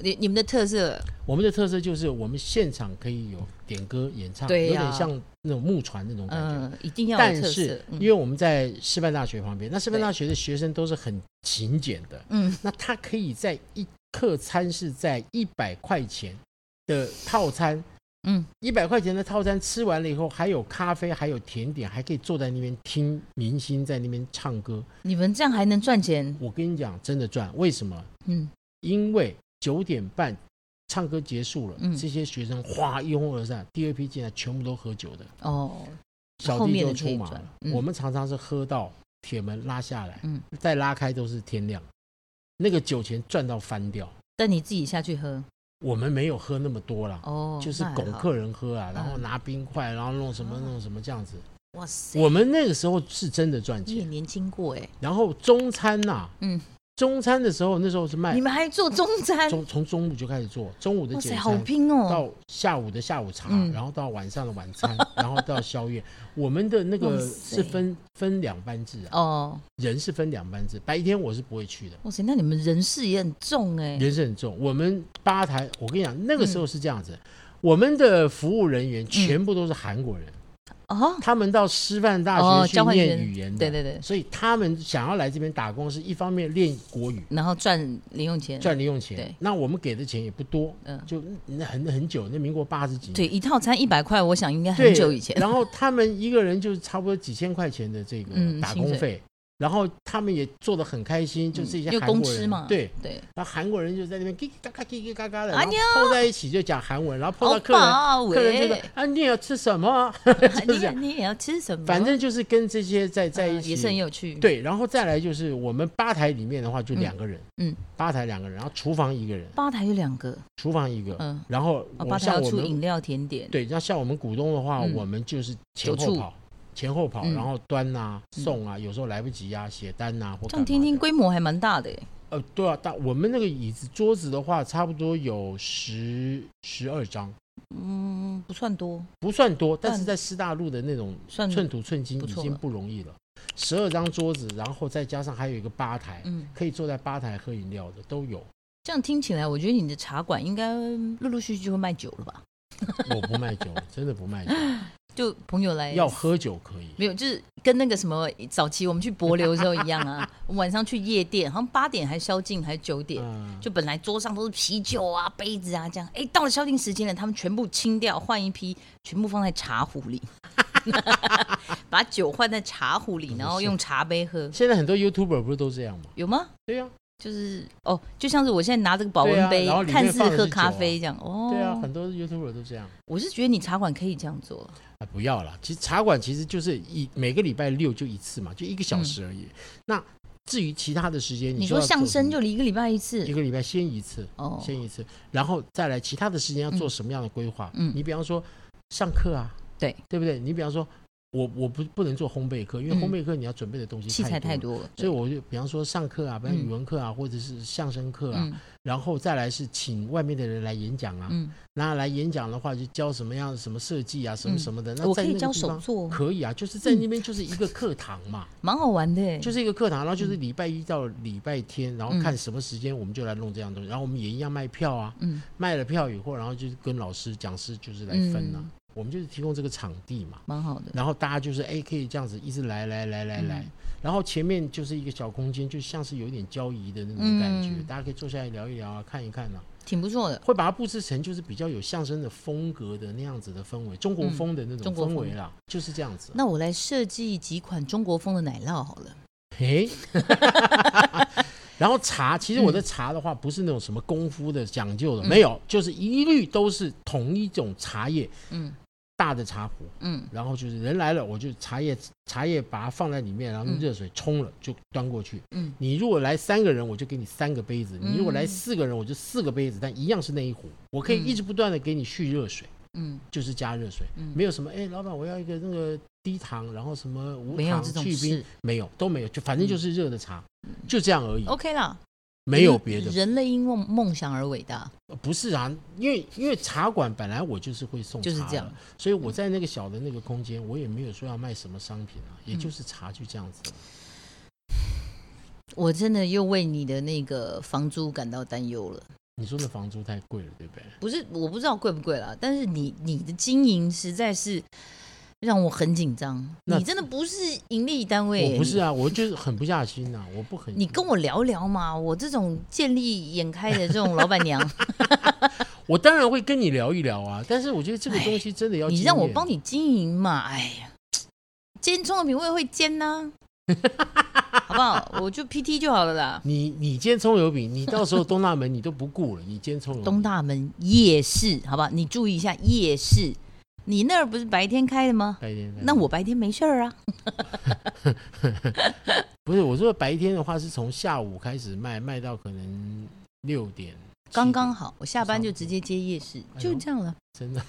Speaker 2: 你你们的特色，
Speaker 1: 我们的特色就是我们现场可以有点歌演唱，
Speaker 2: 对呀
Speaker 1: 有点像那种木船那种感觉。
Speaker 2: 嗯、一定要
Speaker 1: 但
Speaker 2: 有特色
Speaker 1: 是。因
Speaker 2: 嗯
Speaker 1: 为我们在师范大学旁边，那师范大学的学生都是很勤俭的，
Speaker 2: 嗯，
Speaker 1: 那他可以在一客餐是在一百块钱的套餐，
Speaker 2: 嗯，
Speaker 1: 一百块钱的套餐吃完了以后，还有咖啡，还有甜点，还可以坐在那边听明星在那边唱歌。
Speaker 2: 你们这样还能赚钱？
Speaker 1: 我跟你讲，真的赚，为什么？
Speaker 2: 嗯，
Speaker 1: 因为九点半唱歌结束了，
Speaker 2: 嗯
Speaker 1: 这些学生哗一哄而散，第二批进来全部都喝酒的，
Speaker 2: 哦，
Speaker 1: 小
Speaker 2: 后
Speaker 1: 弟
Speaker 2: 面
Speaker 1: 就
Speaker 2: 的可
Speaker 1: 出
Speaker 2: 以
Speaker 1: 马
Speaker 2: 转
Speaker 1: 了。
Speaker 2: 嗯
Speaker 1: 我们常常是喝到铁门拉下来，
Speaker 2: 嗯
Speaker 1: 再拉开都是天亮，那个酒钱赚到翻掉。
Speaker 2: 但你自己下去喝
Speaker 1: 我们没有喝那么多啦，
Speaker 2: 哦，
Speaker 1: 就是
Speaker 2: 那还
Speaker 1: 拱
Speaker 2: 好。
Speaker 1: 客人喝啊，然后
Speaker 2: 嗯
Speaker 1: 拿冰块，然后弄什么弄什么这样子。
Speaker 2: 哇塞，
Speaker 1: 我们那个时候是真的赚
Speaker 2: 你也
Speaker 1: 钱。
Speaker 2: 年轻过哎，
Speaker 1: 然后中餐呐、
Speaker 2: 嗯，
Speaker 1: 中餐的时候那时候是卖
Speaker 2: 你，们还做中餐，
Speaker 1: 从从哎中午就开始做，中午的
Speaker 2: 哇
Speaker 1: 简
Speaker 2: 塞，
Speaker 1: 餐，
Speaker 2: 好拼哦，
Speaker 1: 到下午的下午茶，
Speaker 2: 嗯
Speaker 1: 然后到晚上的晚 餐，然后到宵夜。我们的那
Speaker 2: 哇
Speaker 1: 个
Speaker 2: 塞
Speaker 1: 是分分两班制啊，
Speaker 2: 哦，
Speaker 1: 人是分两班制，白天我是不会去的，
Speaker 2: 哇塞，那你们人事也很重哎，
Speaker 1: 人是很重。我们吧台，我跟你讲，那个时候是这样子，
Speaker 2: 嗯
Speaker 1: 我们的服务人员全部都是韩国人，
Speaker 2: 哦，
Speaker 1: 他们到师范大
Speaker 2: 哦
Speaker 1: 学去
Speaker 2: 交换
Speaker 1: 念
Speaker 2: 生
Speaker 1: 语言的，
Speaker 2: 对对对，
Speaker 1: 所以他们想要来这边打工，是一方面练国语。
Speaker 2: 然后赚零用钱，
Speaker 1: 赚零用
Speaker 2: 对
Speaker 1: 钱，那我们给的钱也不多，
Speaker 2: 嗯
Speaker 1: 就那很很久，那民国八十几年，
Speaker 2: 对一套餐一百块，我想应该
Speaker 1: 对
Speaker 2: 很久以前，
Speaker 1: 然后他们一个人就是差不多几千块钱的这个
Speaker 2: 嗯
Speaker 1: 打工
Speaker 2: 薪水
Speaker 1: 费，然后他们也做的很开心，就这些
Speaker 2: 又
Speaker 1: 韩
Speaker 2: 公
Speaker 1: 国
Speaker 2: 吃
Speaker 1: 人
Speaker 2: 嘛
Speaker 1: 对。
Speaker 2: 对，
Speaker 1: 然后韩国人就在那边叽叽嘎嘎叽叽嘎嘎的，
Speaker 2: 哎
Speaker 1: 然后
Speaker 2: 呀
Speaker 1: 凑在一起就讲韩文，然后碰
Speaker 2: 欧
Speaker 1: 到客人，
Speaker 2: 巴
Speaker 1: 客人就说
Speaker 2: 喂，嗯
Speaker 1: 啊你要吃什么？就是这样
Speaker 2: 你你也要吃什么？
Speaker 1: 反正就是跟这些在在一
Speaker 2: 嗯也是很
Speaker 1: 起。
Speaker 2: 有趣，，
Speaker 1: 对，然后再来就是我们吧台里面的话就两个人，
Speaker 2: 嗯嗯，
Speaker 1: 吧台两个人，然后厨房一个人，
Speaker 2: 吧台有两个，
Speaker 1: 厨房一个，
Speaker 2: 嗯，
Speaker 1: 然后
Speaker 2: 哦，
Speaker 1: 我
Speaker 2: 吧台要
Speaker 1: 像我
Speaker 2: 出
Speaker 1: 们
Speaker 2: 饮料甜点，
Speaker 1: 对，要像我们股东的话，
Speaker 2: 嗯
Speaker 1: 我们就是前
Speaker 2: 酒
Speaker 1: 后
Speaker 2: 促
Speaker 1: 跑，前后跑，
Speaker 2: 嗯
Speaker 1: 然后端啊、
Speaker 2: 嗯
Speaker 1: 送啊，有时候来不及啊，写单啊或
Speaker 2: 这
Speaker 1: 干嘛
Speaker 2: 样听听
Speaker 1: 的
Speaker 2: 规模还蛮大的耶，欸
Speaker 1: 呃，对啊，但我们那个椅子桌子的话，差不多有十十二张，
Speaker 2: 嗯，不算多，
Speaker 1: 不算多，但
Speaker 2: 但
Speaker 1: 是在师大路的那种
Speaker 2: 算
Speaker 1: 寸土寸金
Speaker 2: 嗯不
Speaker 1: 已
Speaker 2: 错
Speaker 1: 经
Speaker 2: 了
Speaker 1: 不容易了。十二张桌子，然后再加上还有一个吧台，
Speaker 2: 嗯，
Speaker 1: 可以坐在吧台喝饮料的都有。
Speaker 2: 这样听起来，我觉得你的茶馆应该陆陆续续就会卖酒了吧？
Speaker 1: 我不卖酒，真的不卖 酒，
Speaker 2: 就朋友来
Speaker 1: 要喝酒可以。
Speaker 2: 没有，就是跟那个什么早期我们去柏流的时候一样 啊，我们晚上去夜店，好像八点还宵禁，还九点，
Speaker 1: 嗯，
Speaker 2: 就本来桌上都是啤酒啊、杯子啊这样，哎，到了宵禁时间了，他们全部清掉，换一批，全部放在茶壶 里，把酒换在茶壶里，然后用茶杯喝，
Speaker 1: 现在很多 YouTuber 不是都这样吗？
Speaker 2: 有吗？
Speaker 1: 对啊呀、
Speaker 2: 就是哦，就像是我现在拿这个保温
Speaker 1: 对啊
Speaker 2: 杯，
Speaker 1: 然后里面
Speaker 2: 看似
Speaker 1: 放的是
Speaker 2: 喝
Speaker 1: 酒啊
Speaker 2: 咖啡这样，哦，
Speaker 1: 对啊，很多 YouTuber 都这样。
Speaker 2: 我是觉得你茶馆可以这样做，
Speaker 1: 啊，不要了。其实茶馆其实就是一每个礼拜六就一次嘛，就一个小时而已。那至于其他的时间，
Speaker 2: 嗯你
Speaker 1: 说要
Speaker 2: 说
Speaker 1: 做
Speaker 2: 相
Speaker 1: 什
Speaker 2: 声
Speaker 1: 么
Speaker 2: 就一个礼拜一次
Speaker 1: 一，个礼拜先一次，
Speaker 2: 哦，
Speaker 1: 先一次，然后再来其他的时间要做什么样的规划？
Speaker 2: 嗯
Speaker 1: 你比方说上课啊，
Speaker 2: 对
Speaker 1: 对不对？你比方说我我不不能做烘焙课，因为
Speaker 2: 嗯
Speaker 1: 烘焙课你要准备的东西
Speaker 2: 器材
Speaker 1: 太
Speaker 2: 太
Speaker 1: 了。
Speaker 2: 多了，
Speaker 1: 所以我就比方说上课啊，比方
Speaker 2: 嗯
Speaker 1: 语文课啊，或者是相声课啊，
Speaker 2: 嗯
Speaker 1: 然后再来是请外面的人来演讲啊，
Speaker 2: 嗯，
Speaker 1: 那来演讲的话，就教什么样什么设计啊，什么什么的。那
Speaker 2: 嗯我
Speaker 1: 在
Speaker 2: 可
Speaker 1: 那
Speaker 2: 以
Speaker 1: 个
Speaker 2: 教
Speaker 1: 地
Speaker 2: 手
Speaker 1: 方
Speaker 2: 作，
Speaker 1: 可以啊，就是在那边就是一个课堂嘛，
Speaker 2: 蛮好玩的欸耶，
Speaker 1: 就是一个课堂，然后就是礼拜一到礼拜天，然后看什么时间我们就来弄这样的东西，然后我们也一样卖票啊，
Speaker 2: 嗯
Speaker 1: 卖了票以后，然后就是跟老师讲师就是来分啊，
Speaker 2: 嗯
Speaker 1: 我们就是提供这个场地嘛，
Speaker 2: 蛮好的，
Speaker 1: 然后大家就是哎可以这样子一直来来来来来，
Speaker 2: 嗯
Speaker 1: 然后前面就是一个小空间，就像是有一点交易的那种感觉，
Speaker 2: 嗯
Speaker 1: 大家可以坐下来聊一聊啊，看一看啊。
Speaker 2: 挺不错的，
Speaker 1: 会把它布置成就是比较有相声的风格的那样子的氛围，中国风的那
Speaker 2: 嗯中
Speaker 1: 种
Speaker 2: 国
Speaker 1: 氛
Speaker 2: 风
Speaker 1: 围啦，就是这样子。
Speaker 2: 那我来设计几款中国风的奶酪好了。
Speaker 1: 嘿， 然后茶，其实我的茶的话不是那种什么功夫的讲究
Speaker 2: 嗯
Speaker 1: 的，没有，就是一律都是同一种茶叶，
Speaker 2: 嗯
Speaker 1: 大的茶壶，
Speaker 2: 嗯，
Speaker 1: 然后就是人来了，我就茶叶茶叶把它放在里面，然后用
Speaker 2: 嗯
Speaker 1: 热水冲了就端过去。
Speaker 2: 嗯，
Speaker 1: 你如果来三个人，我就给你三个杯子；你如果来
Speaker 2: 嗯
Speaker 1: 四个人，我就四个杯子，但一样是那一壶，我可以一直不断的给你蓄热水。
Speaker 2: 嗯，
Speaker 1: 就是加热水，
Speaker 2: 嗯
Speaker 1: 没有什么哎，老板我要一个那个低糖，然后什么无
Speaker 2: 没有
Speaker 1: 糖
Speaker 2: 这种
Speaker 1: 去冰
Speaker 2: 事，嗯
Speaker 1: 没有都没有，就反正就是热的茶，就这样而已，
Speaker 2: ，OK 啦，
Speaker 1: 没有别的。
Speaker 2: 人类因梦梦想而伟大，
Speaker 1: 呃不是啊，因为因为茶馆本来我就是会送茶
Speaker 2: 就
Speaker 1: 的，
Speaker 2: 是这样。
Speaker 1: 所以我在那个小的那个空间，我也没有说要卖什么商品啊，
Speaker 2: 嗯
Speaker 1: 也就是茶就这样子。
Speaker 2: 我真的又为你的那个房租感到担忧了。
Speaker 1: 你说那房租太贵了，对不对？
Speaker 2: 不是，我不知道贵不贵啦，但是你你的经营实在是让我很紧张。
Speaker 1: 那
Speaker 2: 你真的不是盈利单位耶、
Speaker 1: 我不是
Speaker 2: 你。
Speaker 1: 啊，我就是狠不下心啊呐、我不狠。
Speaker 2: 你跟我聊聊嘛，我这种见利眼开的这种老 板娘，
Speaker 1: 我当然会跟你聊一聊啊，但是我觉得这个东西真的要
Speaker 2: 你让我
Speaker 1: 经验
Speaker 2: 帮你经营嘛，哎呀，兼中的品味会 兼呢、好不好？我就 PT 就好了啦。
Speaker 1: 你你煎葱油饼，你到时候东大门你都不顾了，你煎葱油饼
Speaker 2: 东大门夜市，好不好？你注意一下夜市，你那儿不是白天开的吗？
Speaker 1: 白天。白天
Speaker 2: 那我白天没事儿啊。
Speaker 1: 不是我说白天的话，是从下午开始卖，卖到可能六点，
Speaker 2: 刚
Speaker 1: 7点
Speaker 2: 刚好，我下班就直接接夜市，
Speaker 1: 哎呦
Speaker 2: 就这样了。
Speaker 1: 真的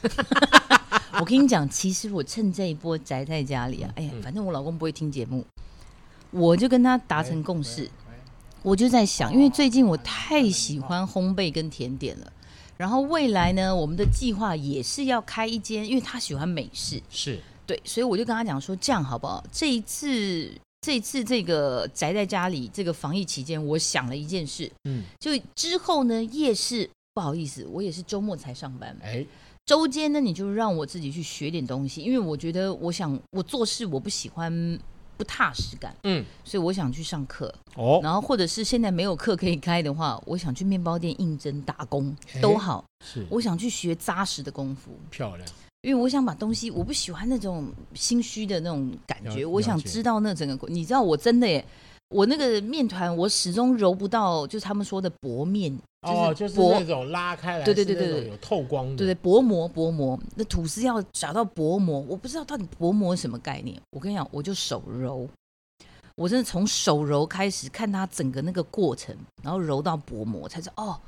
Speaker 2: 我跟你讲，其实我趁这一波宅在家里啊，哎呀
Speaker 1: 嗯，
Speaker 2: 反正我老公不会听节目，我就跟他达成共识。我就在想，因为最近我太喜欢烘焙跟甜点了，然后未来呢，我们的计划也是要开一间，因为他喜欢美式，
Speaker 1: 是
Speaker 2: 对，所以我就跟他讲说，这样好不好？这一次，这一次这个宅在家里这个防疫期间，我想了一件事，
Speaker 1: 嗯，
Speaker 2: 就之后呢，夜市不好意思，我也是周末才上班，
Speaker 1: 哎，
Speaker 2: 周间呢，你就让我自己去学点东西，因为我觉得我想我做事我不喜欢不踏实感，
Speaker 1: 嗯，
Speaker 2: 所以我想去上课，
Speaker 1: 哦，
Speaker 2: 然后或者是现在没有课可以开的话，我想去面包店应征打工
Speaker 1: 哎
Speaker 2: 都好，
Speaker 1: 是
Speaker 2: 我想去学扎实的功夫。
Speaker 1: 漂亮，
Speaker 2: 因为我想把东西，我不喜欢那种心虚的那种感
Speaker 1: 了
Speaker 2: 觉，
Speaker 1: 了
Speaker 2: 我想
Speaker 1: 解
Speaker 2: 知道那整个过，你知道我真的耶，我那个面团我始终揉不到，就是他们说的薄面，
Speaker 1: 哦，就
Speaker 2: 就
Speaker 1: 是是
Speaker 2: 薄
Speaker 1: 那种拉开来，
Speaker 2: 对对对对对
Speaker 1: 有透光的，
Speaker 2: 对不对？薄膜薄膜，
Speaker 1: 嗯
Speaker 2: 那吐司要找到薄膜，我不知道到底薄膜什么概念。我跟你讲，我就手揉，我真的从手揉开始看它整个那个过程，然后揉到薄膜，才知道哦，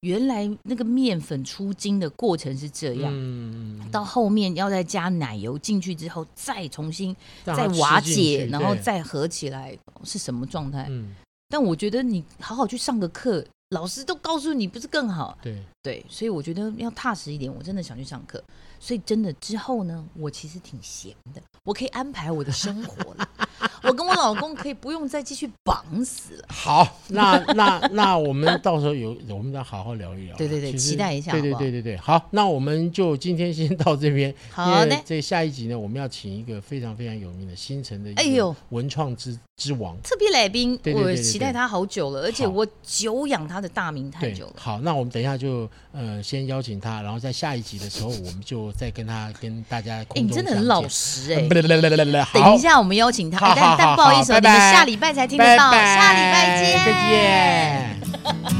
Speaker 2: 原来那个面粉出筋的过程是这样。
Speaker 1: 嗯，嗯，
Speaker 2: 到后面要再加奶油进去之后，再重新
Speaker 1: 让
Speaker 2: 再
Speaker 1: 它吃
Speaker 2: 瓦
Speaker 1: 进
Speaker 2: 解，
Speaker 1: 去
Speaker 2: 然后
Speaker 1: 对
Speaker 2: 再合起来哦是什么状态？
Speaker 1: 嗯，
Speaker 2: 但我觉得你好好去上个课，老师都告诉你不是更好？
Speaker 1: 对，
Speaker 2: 对，所以我觉得要踏实一点。我真的想去上课，所以真的之后呢，我其实挺闲的，我可以安排我的生活了。我跟我老公可以不用再继续绑死了。
Speaker 1: 好，那那那我们到时候有， 我们再好好聊一聊啦。
Speaker 2: 对对对
Speaker 1: 其实
Speaker 2: 期待一下
Speaker 1: 对对
Speaker 2: 好不
Speaker 1: 对
Speaker 2: 好
Speaker 1: 对对，好，那我们就今天先到 这边。
Speaker 2: 好
Speaker 1: 因
Speaker 2: 的
Speaker 1: 为，这下一集呢，我们要请一个非常非常有名的新城的，
Speaker 2: 哎呦，
Speaker 1: 文创之之王。
Speaker 2: 特别来宾，
Speaker 1: 对对对对
Speaker 2: 我
Speaker 1: 对
Speaker 2: 期待他好久了，而且
Speaker 1: 好
Speaker 2: 我久仰他的大名太
Speaker 1: 对
Speaker 2: 久，了。
Speaker 1: 好，那我们等一下就呃先邀请他，然后在下一集的时候，我们就再跟他跟大家
Speaker 2: 哎，
Speaker 1: 空
Speaker 2: 你
Speaker 1: 中
Speaker 2: 真的很
Speaker 1: 相
Speaker 2: 老
Speaker 1: 见。
Speaker 2: 实哎、
Speaker 1: 来来来来来， 好
Speaker 2: 等一，下，我们邀请他，
Speaker 1: 好
Speaker 2: 哎但
Speaker 1: 好
Speaker 2: 但
Speaker 1: 好
Speaker 2: 不好意思哦，
Speaker 1: 好拜拜
Speaker 2: 你们下礼拜才听得
Speaker 1: 拜
Speaker 2: 到，
Speaker 1: 拜
Speaker 2: 下礼拜见，
Speaker 1: 再见。